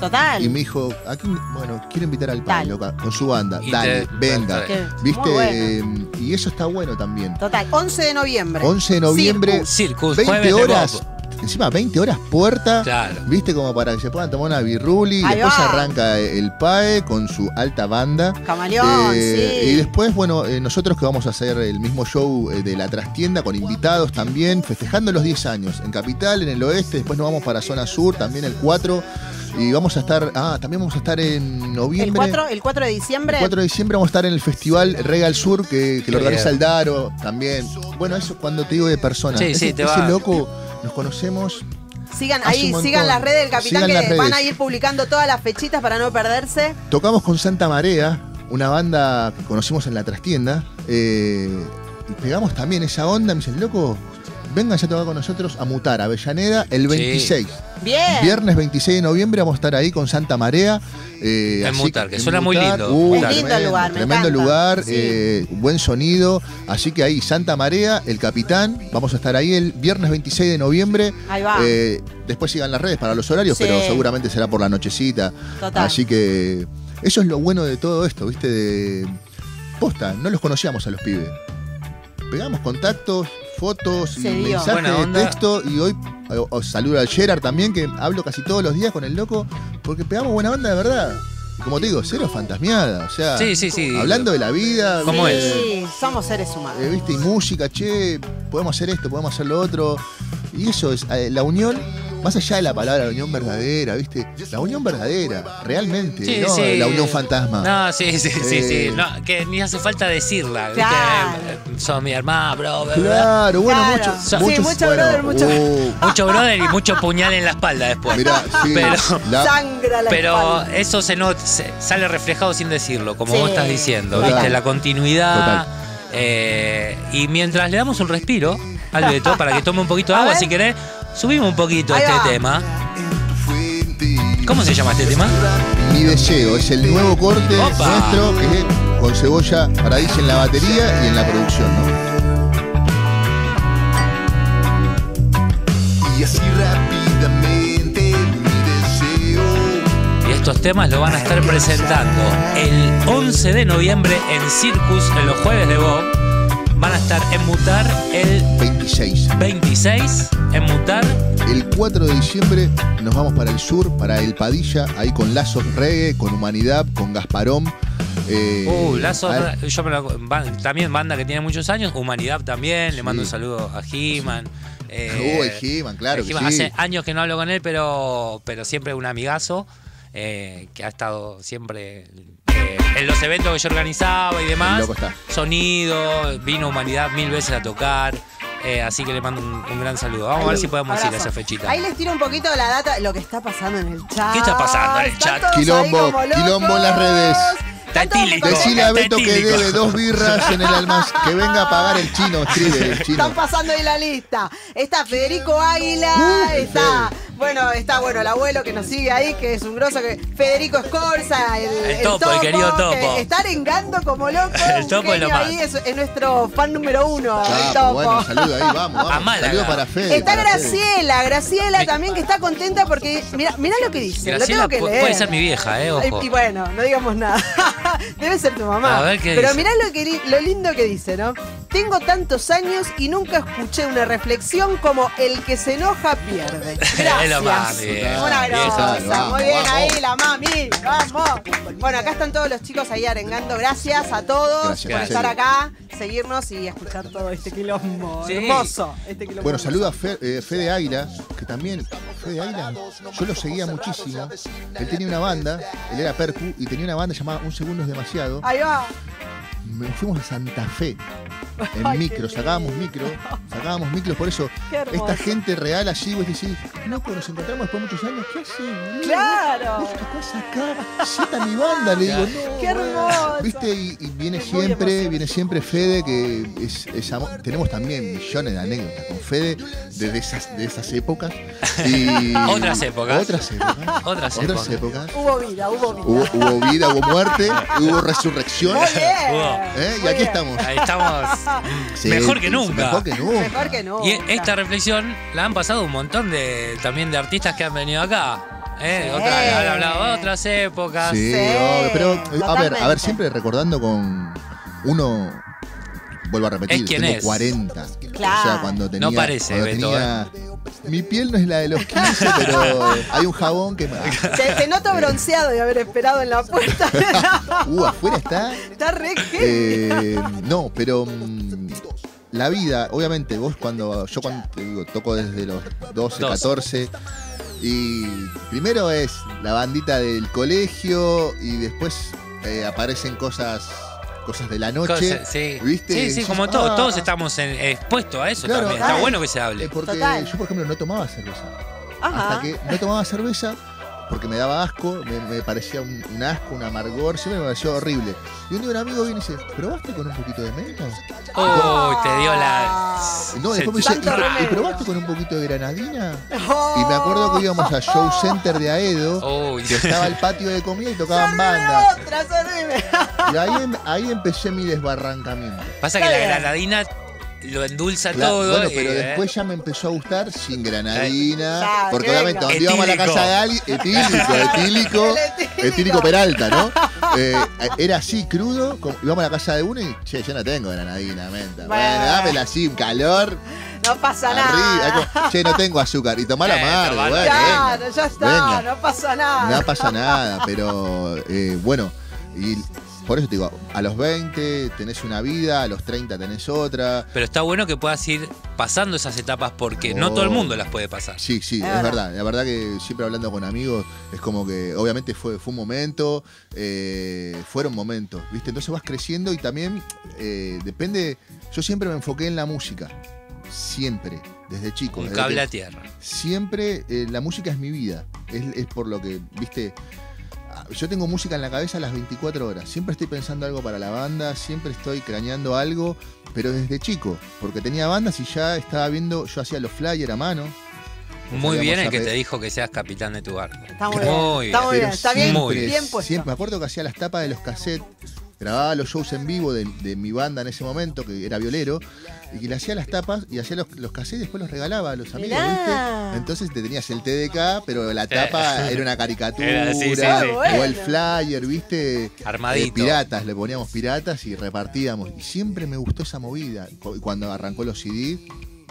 B: Total.
E: Y me dijo, ¿a quién? Bueno, quiero invitar al
B: Dale.
E: PAE, loca, con su banda.
A: Y te-
E: Dale, venga.
B: Qué-
E: ¿Viste?
B: muy bueno.
E: Eh, y eso está bueno también.
B: Total. 11 de noviembre.
E: 11 de noviembre,
A: Circus,
E: 20
A: jueves de
E: horas.
A: Bob.
E: Encima, 20 horas puerta.
A: Claro.
E: ¿Viste? Como para que se puedan tomar una birruli.
B: Ahí
E: Después
B: va.
E: arranca el PAE con su alta banda.
B: Camaleón,
E: Eh,
B: sí.
E: Y después, bueno, eh, nosotros que vamos a hacer el mismo show eh, de la trastienda con invitados también, festejando los 10 años en Capital, en el oeste, después nos vamos para Zona Sur, también el 4. Y vamos a estar, ah, también vamos a estar en
B: el,
E: noviembre.
B: 4, el 4 de diciembre.
E: El 4 de diciembre vamos a estar en el festival Regal Sur que, que lo
A: Qué
E: organiza
A: bien.
E: el Daro también. Bueno, eso cuando te digo de personas.
A: Sí,
E: ese,
A: sí, te
E: ese
A: va.
E: loco nos conocemos.
B: sigan
E: hace
B: ahí,
E: un montón.
B: sigan las redes del capitán
E: Sigan las
B: que
E: redes.
B: van a ir publicando todas las fechitas para no perderse.
E: Tocamos con Santa Marea, una banda que conocimos en la trastienda. eh, y pegamos también esa onda. Me dicen, loco, vengan ya a tocar con nosotros a mutar a Avellaneda el 26.
B: Bien.
E: Viernes 26 de noviembre vamos a estar ahí con Santa Marea. eh,
A: En
E: así
A: Mutar, que suena muy lindo.
E: Uy,
B: Es lindo
E: tremendo,
B: el lugar, me
E: Tremendo
B: encanta.
E: lugar,
B: Sí.
E: eh, buen sonido. Así que ahí, Santa Marea, el capitán. Vamos a estar ahí el viernes 26 de noviembre.
B: Ahí va.
E: Eh, después sigan las redes para los horarios,
B: Sí.
E: pero seguramente será por la nochecita.
B: Total.
E: Así que eso es lo bueno de todo esto, ¿viste? De posta, no los conocíamos a los pibes. Pegamos contactos, fotos, y
B: Se dio.
E: mensajes
A: Buena
E: de
A: onda.
E: texto y hoy o- os saludo al Gerard también, que hablo casi todos los días con el loco, porque pegamos buena onda de verdad. Y como te digo, cero fantasmeada, o sea,
A: Sí, sí, sí.
E: hablando de la vida,
A: ¿Cómo
E: eh,
B: sí, somos seres humanos.
E: eh, ¿viste? Y música, che, podemos hacer esto, podemos hacer lo otro. Y eso es, eh, la unión, más allá de la palabra la unión verdadera, ¿viste? La unión verdadera, realmente,
A: Sí,
E: no
A: sí.
E: la unión fantasma.
A: No, sí, sí, sí, sí.
E: Eh.
A: No, que ni hace falta decirla. ¿viste?
B: Claro.
A: Son mi hermana, bro. bla, bla, bla.
E: Claro, bueno,
B: Claro.
E: mucho.
B: Sí,
E: muchos-
B: mucho
E: bueno,
B: brother, mucho-
E: uh,
A: Mucho brother y mucho puñal en la espalda después.
E: mirá, sí,
A: Pero-
E: la-
B: Sangra la
A: Pero
B: espalda.
A: eso se, not- se- sale reflejado sin decirlo, como
B: Sí.
A: vos estás diciendo,
E: Total.
A: ¿viste? La continuidad. eh, y mientras le damos un respiro al Beto para que tome un poquito de
B: A
A: agua,
B: ver.
A: si querés, subimos un poquito
B: Ahí
A: este
B: va.
A: tema. ¿Cómo se llama este tema?
E: Mi deseo es el nuevo corte
A: Opa.
E: nuestro que es con cebolla paradis en la batería y en la producción, ¿no?
F: Y así rápidamente mi deseo
A: Y estos temas lo van a estar presentando el 11 de noviembre en Circus, en los jueves de Bob. van a estar en Mutar el
E: 26.
A: 26, en Mutar.
E: El 4 de diciembre nos vamos para el sur, para El Padilla, ahí con Lazos Reggae, con Humanidad, con Gasparón. eh,
A: Uh, Lazo,
E: a-
A: yo me lo, ban- también banda que tiene muchos años, Humanidad también, le mando
E: Sí.
A: un saludo a He-Man. eh,
E: Uh, el He-Man, claro
A: el
E: que
A: He-Man.
E: sí.
A: Hace años que no hablo con él, pero, pero siempre un amigazo eh, que ha estado siempre eh, en los eventos que yo organizaba y demás.
E: Loco está.
A: Sonido, vino Humanidad mil veces a tocar, eh, así que le mando un, un gran saludo. Vamos a ver si podemos ir a
B: Abrazo.
A: esa fechita.
B: Ahí les tiro un poquito la data, lo que está pasando en el chat.
A: ¿Qué está pasando en el
B: Están
A: chat?
B: todos ahí
E: Quilombo,
B: como locos.
E: quilombo en las redes.
B: Están todos
A: Tatílico.
B: como-
E: Decile a Beto que
A: Técnico.
E: debe dos birras en el almacén. Que venga a pagar el chino, escribe el chino.
B: Están pasando ahí la lista. Está Federico Águila,
E: Uh,
B: está, bueno, está bueno el abuelo que nos sigue ahí, que es un grosso que. Federico Escorza, el,
A: El topo, el querido topo.
B: que está arengando como loco.
A: El
B: un
A: topo es lo
B: genio
A: más.
B: ahí, es, es nuestro fan número uno, el
E: Capo,
B: topo.
E: Ah, pues bueno, saludo ahí, vamos,
A: A
E: vamos.
A: Málaga.
E: Saludo para Fede.
B: Está
E: para Fede.
B: Graciela, Graciela también que está contenta porque mira, mira lo que dice,
A: Graciela
B: lo
A: pu-
B: tengo que leer.
A: puede ser mi vieja, eh, ojo.
B: Y, y bueno, no digamos nada. Debe ser tu mamá.
A: A ver qué
B: Pero
A: dice.
B: mirá lo, que, li- lo lindo que dice, ¿no? Tengo tantos años y nunca escuché una reflexión como el que se enoja pierde. Gracias.
A: Es lo más, bien.
B: Una
E: Bien,
B: grosa.
E: vamos,
B: Muy bien
E: vamos.
B: ahí, la mami. Vamos. Bueno, acá están todos los chicos ahí arengando. Gracias a todos
E: Gracias,
B: por
E: Gracias.
B: estar acá, seguirnos y escuchar todo este quilombo.
A: Sí.
B: Hermoso. Este quilombo
E: Bueno,
B: hermoso.
E: saludo a Fe- eh, Fede Águila, que también, Fede Águila, yo lo seguía muchísimo. Él tenía una banda, él era Percu, y tenía una banda llamada Un Segundo es Demasiado.
B: Ahí va.
E: Me- Fuimos a Santa Fe en
B: Ay, qué
E: micro, sacábamos micro, sacábamos micros, por eso
B: Qué hermoso.
E: esta gente real allí, vos decís, loco, nos encontramos después de muchos años, ¿qué hacen?
B: Claro.
E: Vos tocás acá, cita mi banda, le digo, no.
B: Qué hermoso.
E: Viste, y, y viene
B: Es muy
E: siempre,
B: emocionante.
E: viene siempre Fede, que es, es amor. Tenemos también millones de anécdotas con Fede desde esas, de esas épocas. Y
A: Otras épocas.
E: Otras épocas.
A: Otras
E: Otras
A: épocas.
E: épocas.
B: Hubo vida, hubo vida.
E: Hubo, hubo vida, hubo muerte, hubo resurrección.
B: Muy bien.
A: Hubo.
E: ¿eh? Y
B: Muy
E: aquí
B: bien.
E: estamos.
A: Ahí estamos.
E: Sí,
A: mejor que
E: sí,
A: nunca.
E: Mejor que nunca.
B: Mejor que no.
A: Y esta reflexión la han pasado un montón de también de artistas que han venido acá. ¿eh?
B: Sí.
A: Otra- han hablado de otras épocas.
E: Sí,
B: Sí,
E: obvio, pero eh, a ver, a ver,
B: totalmente.
E: siempre recordando con uno. Vuelvo a repetir,
A: Es quien
E: tengo
A: es.
E: 40. O sea,
B: Claro.
E: cuando tenía.
A: No parece,
E: cuando
A: Beto, eh.
E: tenía- Mi piel no es la de los 15, pero eh, hay un jabón que. ah,
B: Te, te noto bronceado de haber esperado en la puerta.
E: Uh, afuera está.
B: Está re que-
E: Eh, no, pero mm, la vida, obviamente, vos cuando yo cuando te digo, toco desde los 12,
A: Dos.
E: 14 y primero es la bandita del colegio y después eh, aparecen cosas cosas de la noche,
A: Cosas, sí.
E: ¿viste?
A: sí,
E: Y
A: sí,
E: decís,
A: como todos,
E: "Ah".
A: todos estamos en- expuestos a eso
E: Claro,
A: también.
E: claro.
A: Está bueno que se hable.
E: Eh, porque
B: Total.
E: yo por ejemplo no tomaba cerveza.
B: Ajá.
E: Hasta que no tomaba cerveza porque me daba asco, me, me parecía un, un asco, un amargor, siempre me pareció horrible. Y un día un amigo viene y dice, ¿probaste con un poquito de menta?
A: Uy,
B: Ah.
A: te dio la.
E: No,
A: se-
E: después me dice,
B: Tanto
E: ¿y,
B: remedio.
E: y probaste con un poquito de granadina? Y me acuerdo que íbamos a Show Center de Aedo,
A: Oh. Uy,
E: que estaba el patio de comida y tocaban bandas.
B: Sorbeme otra, sorbeme.
E: Y ahí, em- ahí empecé mi desbarrancamiento.
A: pasa que la
B: bien.
A: granadina lo endulza
E: Claro,
A: todo.
E: bueno,
A: y,
E: pero
A: eh,
E: después ya me empezó a gustar sin granadina.
B: Claro,
E: Porque
B: que
E: obviamente
B: venga.
E: donde íbamos a la
A: Etílico.
E: casa de alguien, etílico, etílico,
B: El etílico.
E: etílico Peralta, ¿no? Eh, era así crudo, como- íbamos a la casa de uno y, che, yo no tengo granadina, menta. Bueno,
B: Bueno.
E: dámela así, un calor,
B: No pasa
E: Arriba,
B: nada.
E: ahí como, che, no tengo azúcar. Y tomar
A: Eh,
E: amargo,
A: tomala.
E: bueno,
B: Claro,
E: venga,
B: ya está,
E: venga.
B: no pasa nada.
E: No pasa nada, pero eh, bueno, y por eso te digo, a los 20 tenés una vida, a los 30 tenés otra.
A: Pero está bueno que puedas ir pasando esas etapas porque no
E: Oh.
A: todo el mundo las puede pasar.
E: Sí, sí, es,
B: Es
E: verdad.
B: verdad.
E: La verdad que siempre hablando con amigos, es como que obviamente fue, fue un momento, eh, fueron momentos, ¿viste? Entonces vas creciendo y también eh, depende, yo siempre me enfoqué en la música, siempre, desde chico.
A: Un
E: desde
A: cable
E: que-
A: a tierra.
E: siempre eh, la música es mi vida. Es, es por lo que, viste, ah, yo tengo música en la cabeza las 24 horas. Siempre estoy pensando algo para la banda, siempre estoy craneando algo, pero desde chico, porque tenía bandas y ya estaba viendo, yo hacía los flyers a mano.
A: Muy bien el
E: Salíamos a
A: que te
E: pe-
A: dijo que seas capitán de tu barco.
B: Está muy bien. Está muy
E: pero
B: bien, está bien,
A: siempre,
B: bien puesto.
E: siempre- me acuerdo que hacía las tapas de los cassettes. grababa los shows en vivo de, de mi banda en ese momento, que era violero, y que le hacía las tapas y hacía los, los cassettes y después los regalaba a los amigos,
B: Mirá.
E: ¿viste? Entonces te tenías el TDK, pero la tapa era una caricatura,
A: Era- sí, sí, sí.
E: o el
B: Bueno.
E: flyer, ¿viste?
A: Armadito.
E: Eh, piratas, le poníamos piratas y repartíamos. Y siempre me gustó esa movida. Cu- Cuando arrancó los CD,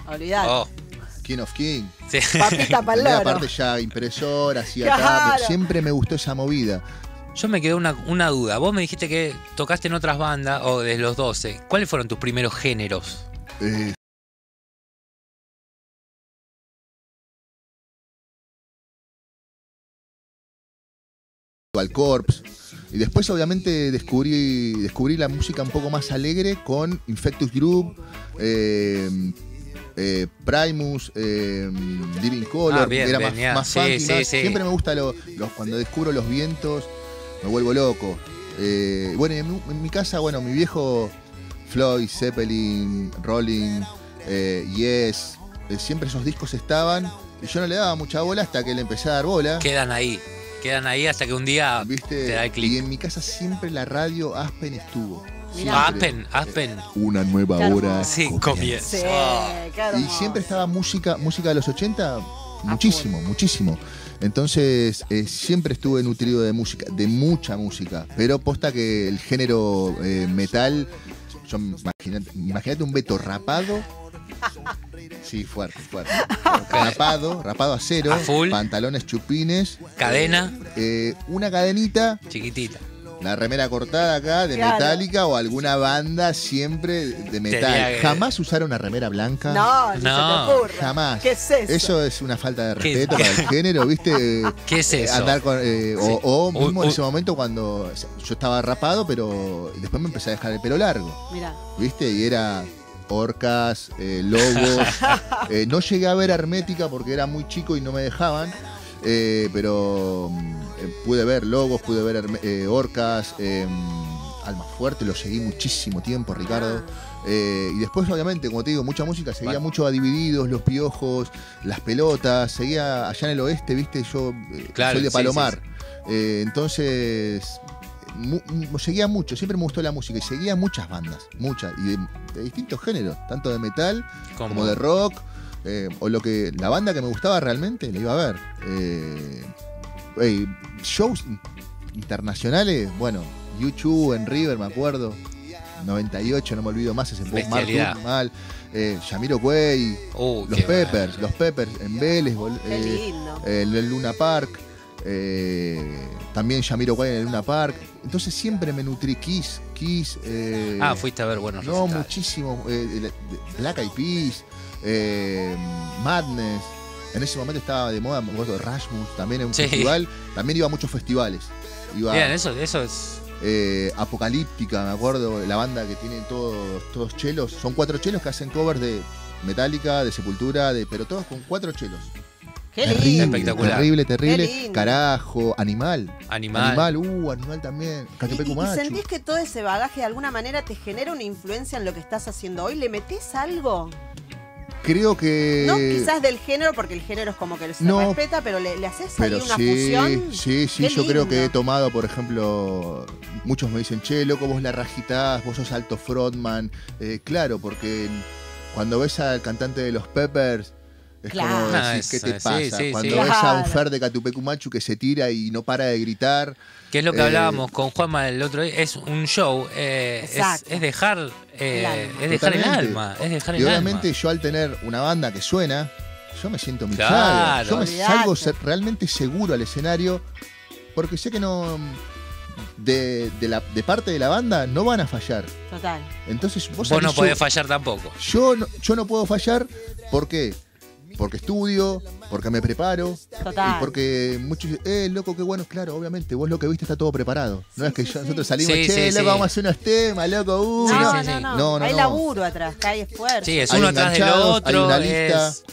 B: Olvidate.
A: Oh,
E: King of King.
A: sí.
B: Papita
E: Y
B: palora.
E: aparte ya impresora, hacía
B: Claro.
E: tap, siempre me gustó esa movida.
A: Yo me quedé una, una duda. Vos me dijiste que tocaste en otras bandas, o desde los 12. ¿Cuáles fueron tus primeros géneros?
E: Eh, al corps y después obviamente descubrí descubrí la música un poco más alegre con Infectus Group eh, eh, Primus eh, Living Color
A: Ah, bien,
E: que era
A: bien,
E: más,
A: ya.
E: más
A: Sí,
E: funky,
A: sí,
E: más-
A: sí.
E: siempre me gusta lo- los- cuando descubro los vientos me vuelvo loco Eh, bueno en mi, en mi casa bueno mi viejo Floyd Zeppelin Rolling eh, Yes eh, siempre esos discos estaban y yo no le daba mucha bola hasta que le empecé a dar bola
A: Quedan ahí. Quedan ahí hasta que un día Ah, te da el
E: ¿Viste? Y
A: clic.
E: en mi casa siempre la radio Aspen estuvo.
B: Mirá.
E: Siempre.
A: Ah, Aspen, Aspen.
E: Una nueva
B: Qué
E: hora.
A: Sí,
E: comienza.
A: comienza.
B: Sí,
A: Oh.
B: qué hermoso.
E: Y siempre estaba música, música de los 80, muchísimo, muchísimo. Entonces, eh, siempre estuve nutrido de música, de mucha música. Pero posta que el género eh, metal, yo imagínate- imagínate un Beto rapado. Sí, fuerte, fuerte. Rapado, rapado a cero,
A: A full.
E: pantalones chupines,
A: Cadena
E: eh, una cadenita
A: chiquitita.
E: La remera cortada acá de
B: Claro.
E: Metallica o alguna banda siempre de metal.
A: que-
E: Jamás usar una remera blanca.
B: No, no,
A: No,
B: se te ocurra.
E: Jamás.
B: ¿Qué es eso?
E: es una falta de
A: ¿Qué-
E: respeto
A: qué-
E: para el género, ¿viste?
A: ¿Qué es
E: Eh,
A: eso?
E: Andar con. eh, o,
A: Sí.
E: o
A: Uy,
E: mismo en
A: uy.
E: ese momento cuando o sea, yo estaba rapado, pero después me empecé a dejar el pelo largo,
B: Mirá.
E: ¿viste? Y era orcas, eh, lobos. Eh, no llegué a ver Hermética porque era muy chico y no me dejaban. eh, pero mm, eh, pude ver logos, pude ver Herme- eh, orcas, eh, Alma Fuerte, lo seguí muchísimo tiempo, Ricardo. Eh, y después, obviamente, como te digo, mucha música, seguía
A: Bueno.
E: mucho a Divididos, Los Piojos, Las Pelotas, seguía allá en el oeste, viste, yo eh,
A: Claro,
E: soy de
A: sí,
E: Palomar.
A: sí,
E: Eh, entonces, mu- mu- seguía mucho, siempre me gustó la música y seguía muchas bandas, muchas, y de, de distintos géneros, tanto de metal como de rock, eh, o lo que la banda que me gustaba realmente la iba a ver. Eh, ey, shows in- internacionales, bueno, YouTube en River, me acuerdo. 98, no me olvido más ese Bob
A: Bestialidad.
E: Marley, mal. Eh, Yamiro Cuey,
A: Uy,
E: los
A: uh, qué
E: Peppers, los Peppers en Vélez, bol-
B: Qué
E: eh,
B: lindo.
E: el, el Luna Park, eh, también Yamiroquai en el Luna Park. Entonces siempre me nutrí Kiss, Kiss. eh,
A: Ah, fuiste a ver buenos
E: No,
A: recitales.
E: muchísimo. eh, de la- de Black Eyed Peas, eh, Madness. En ese momento estaba de moda, me acuerdo, Rasmus también en un
A: Sí.
E: festival. También iba a muchos festivales. Iba
A: Bien, eso, eso es.
E: eh, Apocalíptica, me acuerdo, la banda que tiene todos, todos chelos. Son cuatro chelos que hacen covers de Metallica, de Sepultura, de, pero todos con cuatro chelos.
B: Qué
E: Terrible,
B: lindo.
A: Espectacular.
E: Terrible,
B: Qué
E: terrible.
B: lindo.
E: Carajo, animal.
A: Animal.
E: Animal, uh, animal también.
B: ¿Y,
E: Catepecu
B: y- y
E: macho.
B: sentís que todo ese bagaje de alguna manera te genera una influencia en lo que estás haciendo hoy? ¿Le metés algo?
E: Creo que.
B: no quizás del género, porque el género es como que se
E: Eh, no,
B: respeta, pero le, le haces ahí
E: Pero
B: una
E: sí,
B: fusión.
E: sí, sí,
B: Qué
E: yo creo que he
B: lindo.
E: tomado, por ejemplo, muchos me dicen, che, loco, vos la rajitás, vos sos alto frontman. Eh, claro, porque cuando ves al cantante de los Peppers, es
B: Claro.
E: como decís, ¿qué
A: Eso,
E: te
A: sí,
E: pasa?
A: Ah, eh, sí, sí.
E: cuando ves a un
B: Claro.
E: Fer de Catupecu Machu que se tira y no para de gritar,
A: Que es lo que
E: Eh,
A: hablábamos con Juanma el otro día. Es un show. eh, es,
B: Exacto.
A: es dejar. eh,
B: El alma.
A: es dejar el
E: Totalmente.
A: alma. Es dejar
E: Y
A: el
E: obviamente
A: alma.
E: yo al tener una banda que suena, yo me siento mi
A: Claro.
E: Yo me
B: Olvidate.
E: salgo se- realmente seguro al escenario porque sé que no de, de la, de parte de la banda no van a fallar.
B: Total.
E: Entonces vos,
A: Vos
E: salís
A: no podés
E: yo-
A: fallar tampoco.
E: Yo no, yo no puedo fallar, ¿por qué? Porque estudio, porque me preparo,
B: Total.
E: y porque muchos dicen, eh, loco, qué bueno, claro, obviamente, vos lo que viste está todo preparado. No es que yo- nosotros salimos,
A: Sí,
E: che,
A: sí,
E: loco,
A: sí.
E: vamos a hacer unos temas, loco, uh,
A: Sí,
B: no,
A: sí,
B: no,
A: sí.
B: no,
E: No, no,
B: Hay
E: no.
B: laburo atrás, que hay esfuerzo.
A: Sí, es
E: Hay
A: uno atrás del
E: enganchados, hay
A: otro.
E: una lista.
A: es-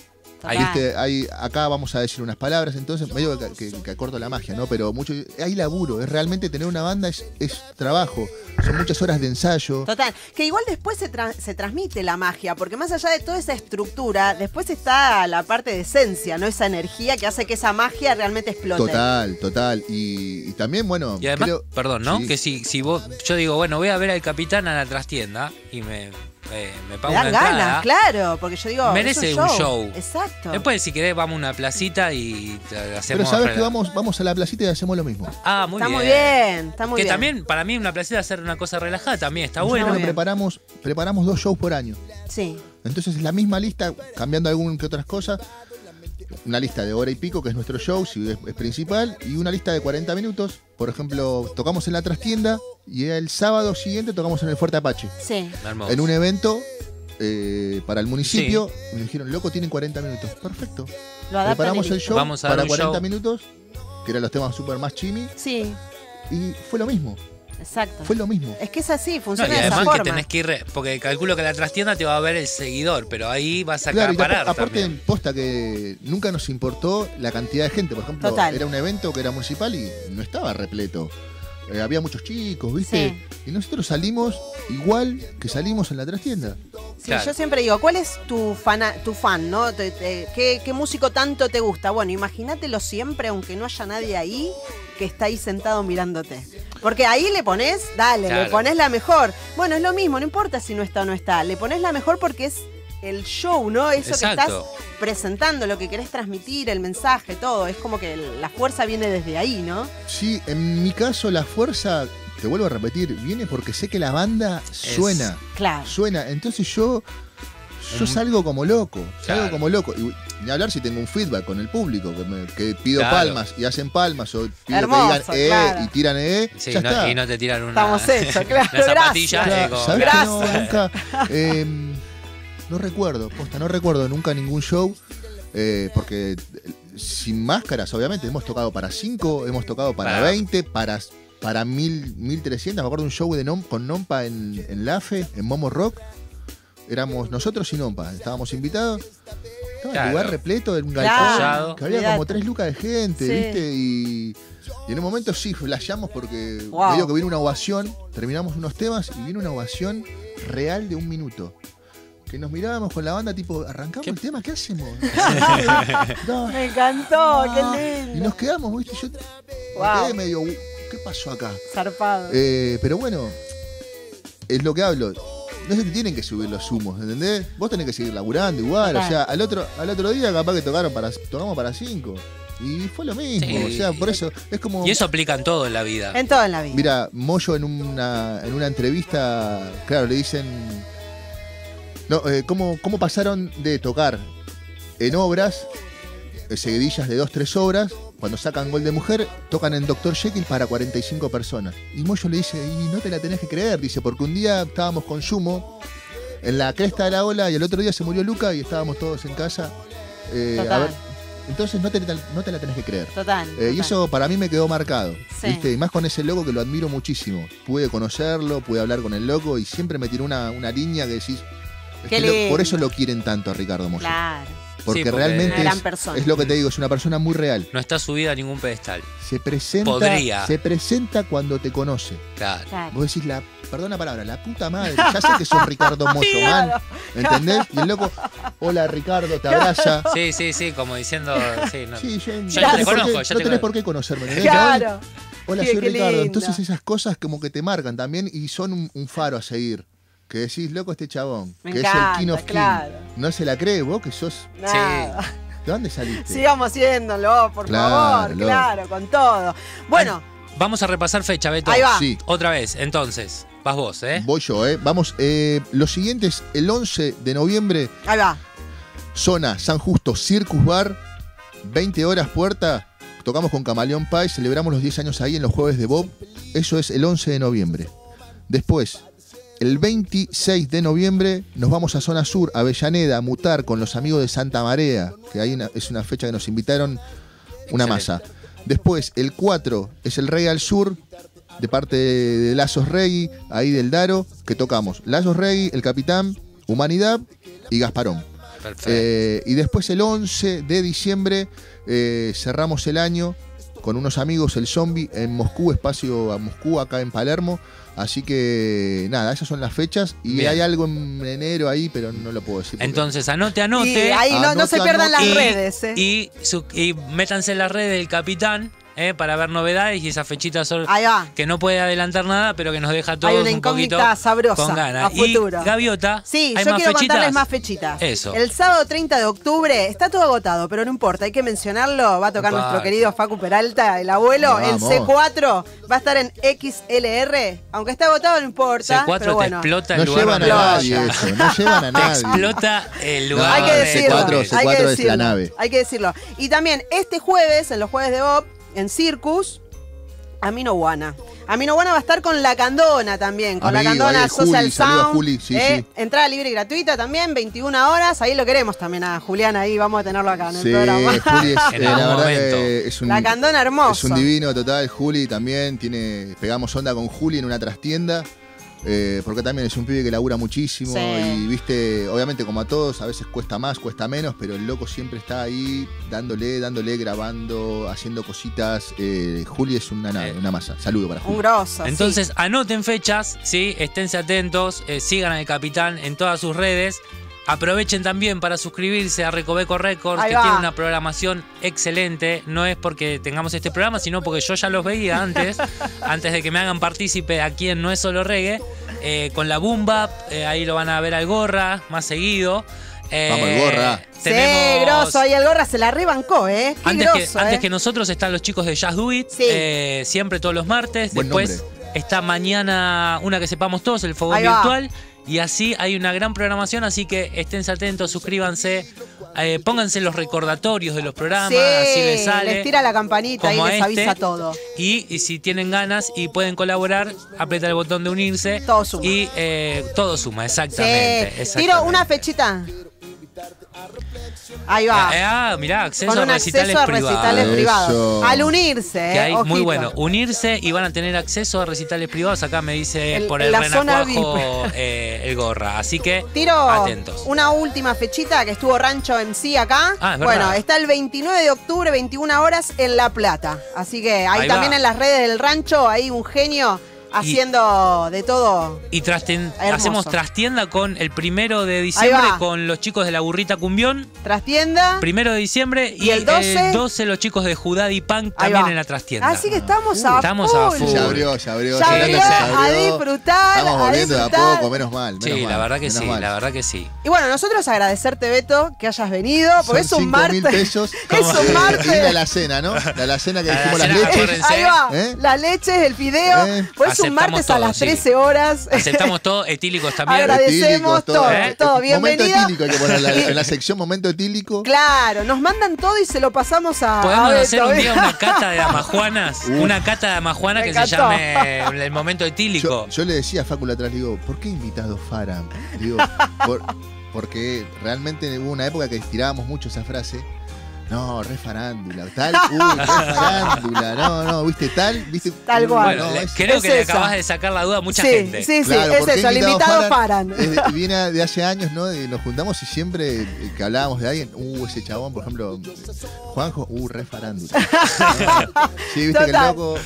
A: Ahí
B: Total.
E: Este, hay- acá vamos a decir unas palabras, entonces medio que, que- que acorto la magia, ¿no? Pero mucho, hay laburo, es realmente tener una banda es, es trabajo, son muchas horas de ensayo.
B: Total, que igual después se, tra- se transmite la magia, porque más allá de toda esa estructura, después está la parte de esencia, ¿no? Esa energía que hace que esa magia realmente explote.
E: Total, total. Y, y también, bueno,
A: Y además,
E: creo-
A: perdón, ¿no?
E: Sí.
A: Que si, si vos, yo digo, bueno, voy a ver al capitán a la trastienda y me, eh, me pago
B: Me dan
A: una entrada.
B: ganas, claro, porque yo digo.
A: Merece
B: es
A: un show.
B: Exacto.
A: Después, si querés, vamos a una placita y eh,
E: pero
A: hacemos.
E: sabes que vamos, vamos a la placita y hacemos lo mismo.
A: Ah, muy
B: está
A: bien.
B: muy bien, está muy
A: que
B: bien.
A: también, para mí, una placita hacer una cosa relajada también está bueno.
E: Nosotros
B: bien.
E: preparamos, preparamos dos shows por año.
B: Sí.
E: Entonces es la misma lista, cambiando algún que otras cosas. Una lista de hora y pico, que es nuestro show, si es, es principal, y una lista de 40 minutos. Por ejemplo, tocamos en la trastienda y el sábado siguiente tocamos en el Fuerte Apache.
B: Sí.
A: Hermoso.
E: En un evento eh, para el municipio, me dijeron, loco, tienen 40 minutos. Perfecto.
B: Lo adaptan
E: Preparamos
B: y
E: el
B: listo.
E: show
A: Vamos a dar
E: para
A: un
E: 40
A: show.
E: minutos, que eran los temas super más chimi,
B: Sí,
E: y fue lo mismo,
B: exacto.
E: fue lo mismo.
B: Es que es así,
A: No,
B: funciona
A: y
B: de esa
A: además que
B: forma.
A: tenés que ir, re- porque calculo que la trastienda te va a ver el seguidor, pero ahí vas a
E: Claro, y
A: acaparar
E: aparte- aparte
A: también.
E: en posta que nunca nos importó la cantidad de gente. Por ejemplo,
B: Total.
E: era un evento que era municipal y no estaba repleto. Eh, había muchos chicos, ¿viste? Y nosotros salimos igual que salimos en la trastienda.
B: Sí,
A: Claro.
B: yo siempre digo, ¿cuál es tu, fana- tu fan, no? Te- te- ¿Qué, qué músico tanto te gusta? Bueno, imagínatelo siempre, aunque no haya nadie ahí que está ahí sentado mirándote. Porque ahí le pones, dale, le
A: Claro.
B: pones la mejor. Bueno, es lo mismo, no importa si no está o no está, le pones la mejor porque es el show, ¿no? Eso
A: Exacto.
B: que estás presentando, lo que querés transmitir, el mensaje, todo. Es como que la fuerza viene desde ahí, ¿no?
E: Sí, en mi caso la fuerza, te vuelvo a repetir, viene porque sé que la banda suena.
B: Claro.
E: Suena. Entonces yo, yo
A: Un-
E: salgo como loco. Salgo
A: Claro.
E: como loco. Y ni hablar si tengo un feedback con el público, que, me- que pido
A: Claro.
E: palmas y hacen palmas, o pido
B: Hermoso,
E: que digan eh
B: claro.
E: y tiran eh.
A: Sí,
E: ya
A: no-
E: está.
A: y no te tiran una,
B: Estamos hechos, claro.
A: una zapatilla. eh,
B: gracias.
E: Claro,
A: como-
E: ¿sabés que no,
B: Gracias.
E: nunca, eh, no recuerdo, posta, no recuerdo nunca ningún show, eh, porque eh, sin máscaras, obviamente, hemos tocado para 5, hemos tocado para,
A: Para-
E: 20, para, para 1000, 1300. Me acuerdo un show de Nom- con Nompa en, en Lafe, en Momo Rock. Éramos nosotros y Nompa, estábamos invitados. Estaba
A: Claro.
E: el lugar repleto, en un
A: Claro.
E: galpón, que había como
B: Olvidate.
E: tres lucas de gente,
B: Sí.
E: ¿viste? Y, y en un momento sí, flasheamos porque
B: Wow.
E: medio que viene una ovación, terminamos unos temas y viene una ovación real de un minuto. Que nos mirábamos con la banda, tipo, arrancamos el tema, ¿qué hacemos? No,
B: Me encantó,
E: no.
B: qué Oh, lindo.
E: Y nos quedamos, ¿viste? Yo me
B: Wow.
E: quedé medio, "Uh, ¿qué pasó acá?
B: Zarpado.
E: Eh, pero bueno, es lo que hablo. No se te tienen que subir los humos, ¿entendés? Vos tenés que seguir laburando igual. O
B: Total.
E: sea, al otro, al otro día capaz que tocaron para, tocamos para cinco. Y fue lo mismo.
A: Sí.
E: O sea, por eso es como.
A: Y eso aplica en todo en la vida.
B: En todo en la vida.
E: Mira, Moyo en una, en una entrevista, claro, le dicen. No, eh, ¿cómo, ¿Cómo pasaron de tocar en obras, eh, seguidillas de dos, tres obras, cuando sacan gol de mujer, tocan en Dr. Jekyll para 45 personas? Y Moyo le dice, y no te la tenés que creer, dice, porque un día estábamos con Sumo en la cresta de la ola y el otro día se murió Luca y estábamos todos en casa. eh, a
B: Total.
E: ver, entonces no te, no te la tenés que creer.
B: Total.
E: Eh, y
B: total.
E: eso para mí me quedó marcado.
B: Sí.
E: ¿viste? Y más con ese loco que lo admiro muchísimo. Pude conocerlo, pude hablar con el loco y siempre me tiró una, una línea que decís.
B: Qué
E: es que lo-
B: lindo.
E: por eso lo quieren tanto a Ricardo Moyo.
B: Claro.
E: Porque,
A: Sí, porque
E: realmente
B: Una gran
E: es,
B: persona.
E: es lo que te digo, es una persona muy real.
A: No está subida a ningún pedestal.
E: Se presenta,
A: Podría.
E: se presenta cuando te conoce.
A: Claro.
B: Claro.
E: Vos decís la, perdón la palabra, la puta madre, ya sé que sos Ricardo Moyo, man. ¿Entendés? Y el loco, hola Ricardo, te abraza.
A: Sí, sí, sí, como diciendo. Sí, no.
E: Sí, yo,
A: te
E: no tenés por
A: conozco,
E: qué-
A: ya
E: no
A: te
E: tenés
A: conozco.
E: por qué conocerme. ¿entendés?
B: Claro.
E: Hola,
B: Qué-
E: soy
B: qué
E: Ricardo.
B: lindo.
E: Entonces esas cosas como que te marcan también y son un, un faro a seguir. Que decís, loco, este chabón,
B: Me
E: que es
B: encanta,
E: el King of King.
B: claro.
E: No se la cree vos que sos.
B: Nada.
E: ¿De dónde saliste?
B: Sigamos haciéndolo, por
E: Claro,
B: favor.
E: loco.
B: Claro, con todo. Bueno,
A: Vamos a repasar fecha, Beto.
B: Ahí va.
E: Sí,
A: Otra vez, entonces. Vas vos, ¿eh?
E: voy yo, ¿eh? Vamos, eh, los siguientes, el 11 de noviembre,
B: ahí va.
E: zona San Justo, Circus Bar, 20 horas puerta. Tocamos con Camaleón Pie, celebramos los 10 años ahí en los Jueves de Bob. Eso es el 11 de noviembre. Después, el 26 de noviembre, nos vamos a Zona Sur, Avellaneda, a mutar con los amigos de Santa Marea, que ahí una- es una fecha que nos invitaron una masa. Después, el 4 es el Rey al Sur, de parte de, de Lazos Rey, ahí del Daro, que tocamos. Lazos Rey, el Capitán, Humanidad y Gasparón.
A: Perfecto.
E: Eh, y después el 11 de diciembre eh, cerramos el año con unos amigos, el zombie, en Moscú, espacio a Moscú, acá en Palermo. Así que nada, esas son las fechas. Y
A: Bien.
E: hay algo en enero ahí, pero no lo puedo decir. porque-
A: Entonces, anote,
B: Y
A: anote.
B: ahí no, no se
E: Anota,
B: pierdan las
E: anota.
A: y,
B: redes. eh.
A: y su- y métanse en las redes del capitán eh, para ver novedades y esas fechitas son-
B: Ahí va.
A: que no puede adelantar nada, pero que nos deja a todos
B: Hay una
A: un poquito
B: incógnita sabrosa
A: con ganas.
B: a futuro.
A: Y Gaviota,
B: Sí,
A: ¿hay
B: yo
A: más
B: quiero
A: fechitas?
B: contarles más fechitas.
A: Eso.
B: El sábado 30 de octubre está todo agotado, pero no importa, hay que mencionarlo. Va a tocar
A: Upa.
B: nuestro querido Facu Peralta, el abuelo. El
E: Vamos.
B: C4 va a estar en XLR. Aunque está agotado, no importa.
A: C4 te
B: pero bueno.
A: explota el
E: No
A: lugar
E: llevan a
A: donde
B: playa.
E: nadie
A: vayas.
E: eso, no llevan a
A: Te
E: nadie.
A: explota el
E: Ah,
A: lugar
B: Hay que
A: donde
B: decirlo.
E: C4,
A: vayas.
E: C4
B: hay que
E: es la nave.
B: Hay que decirlo. Y también este jueves, en los jueves de Bob, en Circus, Amino Guana. Amino Guana va a estar con La Candona también. Con La
E: Amigo, ahí
B: Candona
E: el
B: Social
E: Juli, saluda a
B: Sound. ¿eh?
E: Juli, sí, sí.
B: Entrada libre y gratuita también, 21 horas. Ahí lo queremos también a Julián, ahí vamos a tenerlo acá en el
E: Sí,
B: programa.
E: Juli es,
A: En algún
E: eh, la verdad
A: momento.
E: que es un,
B: La Candona
E: es
B: hermoso.
E: un divino total. Juli también tiene. Pegamos onda con Juli en una trastienda. eh, porque también es un pibe que labura muchísimo.
B: Sí.
E: Y viste, obviamente, como a todos, a veces cuesta más, cuesta menos, pero el loco siempre está ahí dándole, dándole, grabando, haciendo cositas. Eh, Juli es una nave,
A: Eh.
E: una masa. Saludo para Juli.
B: Un grosso. sí.
A: Entonces, anoten fechas, ¿sí? esténse atentos, eh, sigan al capitán en todas sus redes. Aprovechen también para suscribirse a Recoveco Records,
B: Ahí
A: que
B: va.
A: tiene una programación excelente. No es porque tengamos este programa, sino porque yo ya los veía antes, antes de que me hagan partícipe aquí en No es Solo Reggae. eh, con la Boom Bap, eh, ahí lo van a ver al Gorra más seguido. Eh,
E: Vamos, el Gorra.
B: Sí,
A: tenemos-
B: grosso. Ahí el gorra se la rebancó, ¿eh? Qué
A: antes,
B: grosso,
A: que, antes
B: eh.
A: que nosotros están los chicos de Jazz Do It,
B: Sí.
A: eh, siempre todos los martes.
E: Buen
A: Después está mañana una que sepamos todos, el Fogón
B: Ahí va.
A: Virtual. Y así hay una gran programación, así que esténse atentos, suscríbanse, eh, pónganse los recordatorios de los programas, así les sale.
B: tira la campanita y
A: como
B: les
A: a este.
B: avisa todo.
A: Y, y si tienen ganas y pueden colaborar, aprieta el botón de unirse.
B: Todo suma.
A: Y eh, todo suma,
B: Sí.
A: exactamente.
B: Tiro
A: exactamente.
B: una fechita. Ahí va.
A: Eh, ah, mirá, acceso
B: Con un
A: a
B: acceso a recitales
E: privados.
B: privados.
E: Eso.
B: Al unirse,
A: que
B: eh,
A: hay muy
B: ojito.
A: bueno unirse y van a tener acceso a recitales privados acá me dice
B: El-
A: por el
B: la zona
A: renacuajo eh, el gorra así que
B: Tiro
A: atentos
B: una última fechita que estuvo Rancho en sí acá.
A: Ah, es verdad.
B: bueno, está el 29 de octubre, 21 horas en La Plata. Así que ahí,
A: Ahí
B: también
A: va.
B: en las redes del rancho, ahí un genio haciendo de todo.
A: y trasten-
B: Hermoso.
A: hacemos trastienda con el primero de
B: Ahí
A: diciembre
B: va.
A: con los chicos de la burrita cumbión
B: Trastienda.
A: primero de diciembre y,
B: ¿Y el 12?
A: 12 los chicos de Judá y Punk
B: Ahí
A: también
B: va.
A: en la trastienda
B: Así que estamos a
A: Estamos a
B: full.
A: full.
E: Ya abrió, ya abrió.
B: Ya
E: se nota que
A: abrió,
B: a disfrutar,
E: Estamos
B: a
E: volviendo de a
B: disfrutar.
E: poco, menos mal. Menos
A: sí la
E: mal,
A: verdad que
E: menos
A: sí
E: mal.
A: la verdad que sí
B: Y bueno, nosotros agradecerte, Beto, que hayas venido, porque es
E: Son
B: un
E: 5.000
B: martes.
E: pesos.
B: Es un
E: Eh, ir a
B: martes.
E: la cena, ¿no? La, la cena que
A: La
E: dijimos las
A: cena,
E: leches.
A: acuérdense.
B: Ahí va,
E: ¿Eh?
B: las leches, el fideo.
E: Eh.
B: Pues es un
A: Aceptamos
B: martes a
A: todo,
B: las
A: sí.
B: 13 horas.
A: aceptamos todo etílicos también
B: Agrade- Agradecemos
E: Etílicos,
B: todo,
E: ¿eh?
B: todo,
E: Momento
B: bienvenido.
E: etílico hay que poner en la, en la sección momento etílico.
B: Claro, nos mandan todo y se lo pasamos a.
A: Podemos
B: a Beto,
A: hacer un día
B: ¿eh?
A: una cata de amajuanas,
E: Uf.
A: una cata de amajuanas
B: Me
A: que se
B: encantó.
A: llame el momento etílico.
E: Yo, yo le decía a Fácula atrás, le digo, ¿por qué invitado Faran? Digo, por- porque realmente hubo una época que tirábamos mucho esa frase. No, re farándula, tal, uy, re farándula, no, no, viste, tal, viste.
B: Tal
E: uh,
B: cual.
A: Bueno,
E: no,
A: le-
E: es-
A: creo
B: es
A: que le
B: esa.
A: acabas de sacar la duda a mucha
B: sí,
A: gente.
B: Sí, sí,
E: Claro,
B: es
E: porque
B: eso, el invitado paran.
E: es de- eh, viene de, hace años, ¿no? Y nos juntamos y siempre eh, que hablábamos de alguien, uh, ese chabón, por ejemplo, Juanjo, uh, re farándula. sí, viste que el
B: Total.
E: loco,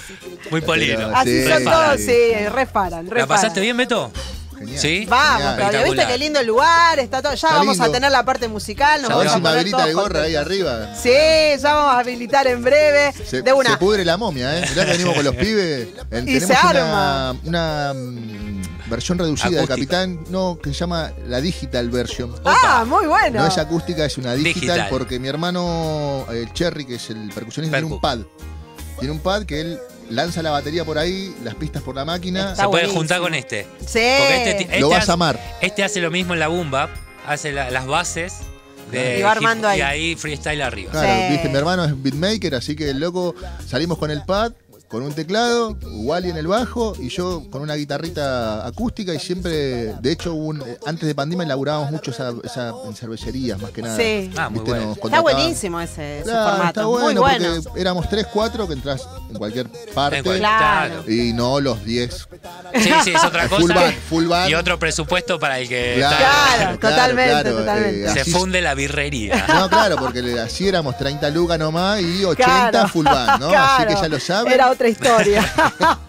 A: Muy polido.
E: Pero-
B: Así
E: Sí.
B: son
E: Reparan.
B: todos, sí, reparan,
A: ¿La
B: reparan.
A: pasaste bien, Beto?
E: genial.
A: Sí.
B: Vamos, Claudio, viste
A: Espectacular.
B: qué lindo lugar, está todo. Ya
E: Está
B: vamos a
E: lindo.
B: tener la parte musical, nos
A: Ya
B: vamos
E: Ahora
B: a
E: sí,
A: vamos.
B: poner
E: Madrita
B: todos
E: de gorra eh. ahí
B: contentos.
E: arriba.
B: Sí, ya vamos a habilitar en breve.
E: Se,
B: de una.
E: se pudre la momia, ¿eh? Mirá que venimos con los pibes. Eh, tenemos
B: se
E: una,
B: arma.
E: una, mm, versión reducida del
A: Acústica.
E: Capitán, no, que se llama la Digital Version.
B: Ah, muy bueno.
E: No es acústica, es una digital,
A: Digital.
E: porque mi hermano eh, Cherry, que es el percusionista,
A: Percu.
E: tiene un pad. Tiene un pad que él lanza la batería por ahí, las pistas por la máquina.
B: Está
A: Se puede
B: buenísimo.
A: juntar con este.
B: Sí.
A: Porque este ti-
E: lo
A: este
E: vas
A: hace-
E: a amar.
A: Este hace lo mismo en la Boomba, hace la- las bases de
B: Y va armando
A: hip-
B: ahí.
A: y ahí freestyle arriba.
E: Claro,
B: Sí.
E: viste, mi hermano es beatmaker, así que el loco salimos con el pad, con un teclado, Wally en el bajo y yo con una guitarrita acústica y siempre, de hecho, hubo un- eh, antes de pandemia laburábamos mucho esa, esa- en cervecerías más que nada.
B: Sí.
A: Ah, muy
E: Viste,
A: bueno.
E: nos
B: Está
E: contrataban.
B: buenísimo ese, ese
E: Claro,
B: formato.
E: está bueno,
B: Muy bueno.
E: porque éramos 3, 4 que entras en cualquier parte
A: En cual-
B: Claro.
E: y no los 10.
A: Sí, sí, es otra
E: Full
A: cosa.
E: band, full band.
A: Y otro presupuesto para el que
B: Claro, eh, totalmente, totalmente.
A: está- se
E: así-
A: funde la birrería.
E: No, claro, porque le- así éramos 30 lucas nomás y 80
B: Claro.
E: full band, ¿no? Así que
B: Claro.
E: ya lo saben.
B: Era otra historia.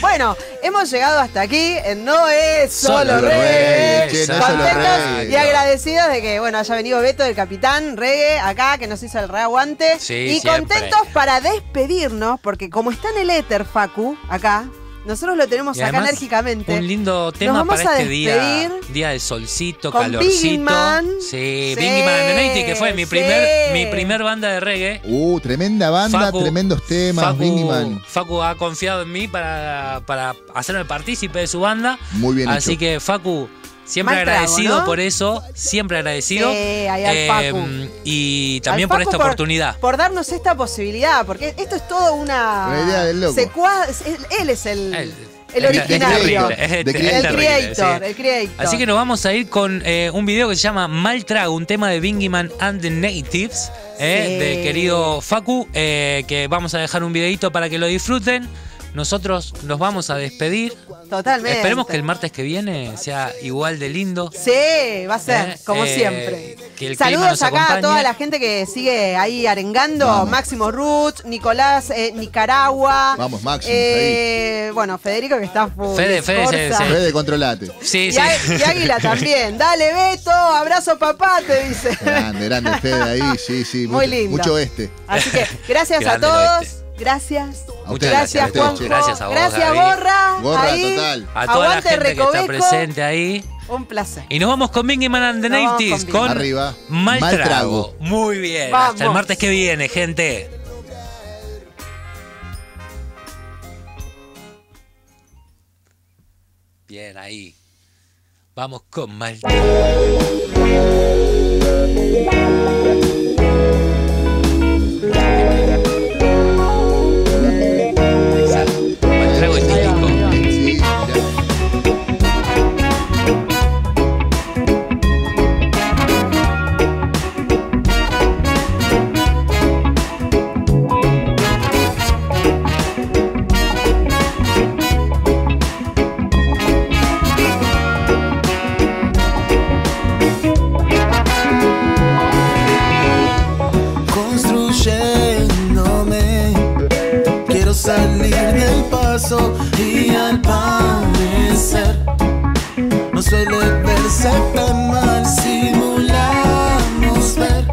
B: bueno, hemos llegado hasta aquí. en No es solo,
E: Solo
B: reggae.
E: reggae, che, no es solo
B: Contentos
E: reggae.
B: y agradecidos de que bueno haya venido Beto, el capitán reggae, acá que nos hizo el reaguante.
A: Sí,
B: y
A: siempre.
B: contentos para despedirnos, porque como está en el éter, Facu, acá, nosotros lo tenemos
A: Y
B: acá
A: además,
B: enérgicamente.
A: Un lindo tema
B: vamos
A: para
B: a
A: este día.
B: despedir
A: Día de solcito,
B: con
A: calorcito.
B: Biggie Man.
A: Sí,
B: Sí,
A: Biggie Man and the Nighty, que fue mi
B: sí.
A: primer, mi primer banda de reggae.
E: Uh, tremenda banda, tremendos temas,
A: Facu-
E: Biggie Man.
A: Facu ha confiado en mí para, para hacerme partícipe de su banda.
E: Muy bien
A: Así
E: hecho.
A: que, Facu, siempre
B: Mal trago,
A: agradecido
B: ¿no?
A: por eso. Siempre agradecido. Eh,
B: Sí, ahí al Facu.
A: Y también por
B: Al Facu
A: esta oportunidad.
B: Por darnos esta posibilidad, porque esto es todo una.
E: La idea del loco.
B: secuaz- él, él es el, el,
A: es
B: originario.
A: terrible, es-
E: El
A: es
B: El
E: terrible,
B: creator,
A: sí.
B: el creator.
A: Así que nos vamos a ir con eh, un video que se llama Mal Trago, un tema de Bingy Man and the Natives, eh,
B: Sí.
A: del querido Facu, eh, que vamos a dejar un videito para que lo disfruten. Nosotros nos vamos a despedir.
B: Totalmente.
A: Esperemos que el martes que viene sea igual de lindo.
B: Sí, va a ser,
A: Eh,
B: como
A: eh,
B: siempre.
A: que el clima
B: Saludos
A: nos
B: acá a
A: acompañe.
B: toda la gente que sigue ahí arengando.
E: Vamos.
B: Máximo Ruth, Nicolás, eh, Nicaragua.
E: Vamos, Máximo,
B: Eh, bueno, Federico que está full.
A: Fede, Fede,
B: Corsa.
A: sí, sí.
E: Fede, controlate.
A: Sí,
B: Y,
A: sí.
B: Á- y Águila también. Dale, Beto, abrazo papá, te dice.
E: Grande, grande Fede ahí, sí, sí.
B: Muy
E: mucho,
B: lindo.
E: Mucho este.
B: Así que gracias a
A: Grande
B: todos.
A: oeste.
B: Gracias.
E: A ustedes, a
B: gracias,
E: ustedes,
B: Juanjo.
E: che.
A: Gracias a vos,
B: Gracias,
A: Gaby.
B: Borra.
E: Gorra
B: Ahí.
E: total.
A: A toda
B: Aguante,
A: la gente que está
B: Recoveco.
A: presente ahí.
B: Un placer.
A: Y nos vamos con Bingy Man and the
B: Nos vamos
A: Natives
B: con
A: con,
E: Bingy. Arriba.
A: Mal,
E: Mal
A: trago.
E: Trago.
A: Muy bien. Hasta el
B: Vamos.
A: martes que viene, gente. Bien, ahí. Vamos con mal trago. Exacto. Mal trago etílico.
E: Sí, mirá.
F: construyéndome. Quiero salir del paso y al parecer no suele verse tan mal. Simulamos ver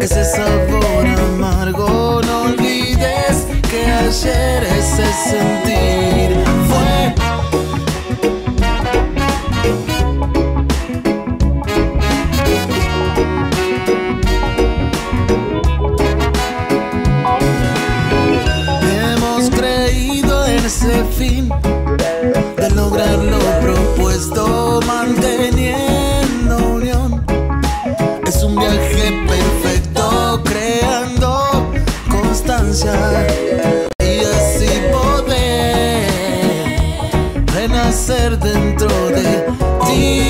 F: ese sabor amargo. No olvides que ayer ese sentir fue. Hemos creído en ese fin de lograr lo propuesto manteniendo unión. Es un viaje perfecto creando constancia y así poder renacer dentro de ti.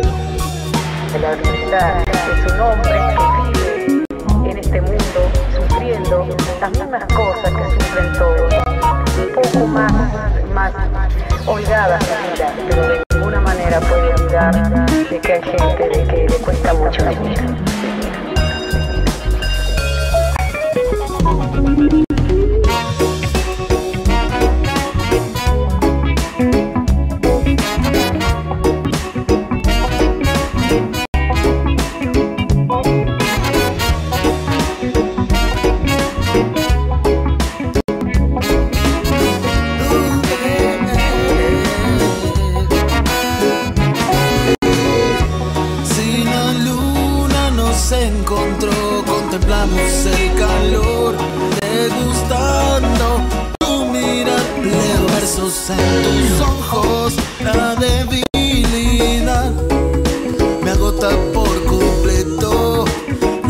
G: de la orquesta de su nombre que vive en este mundo sufriendo las mismas cosas que sufren todos, un poco más, más holgada la vida, pero de ninguna manera puede olvidar de que hay gente de que le cuesta mucho la vida.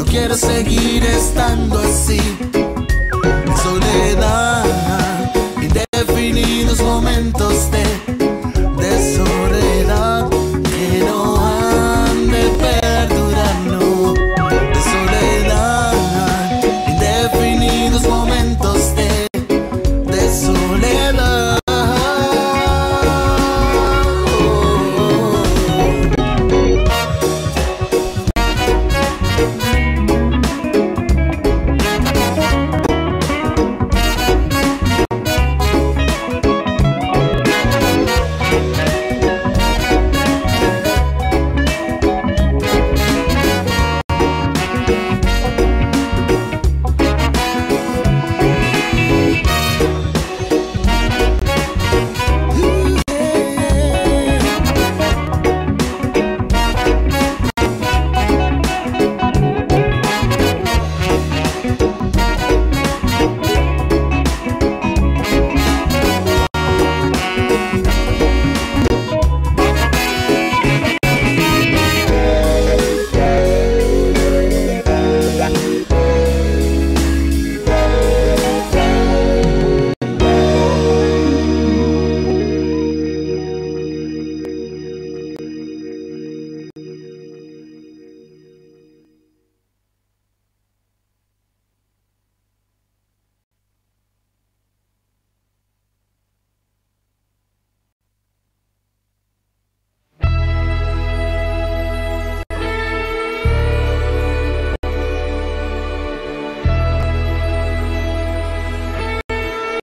F: quiero seguir estando así.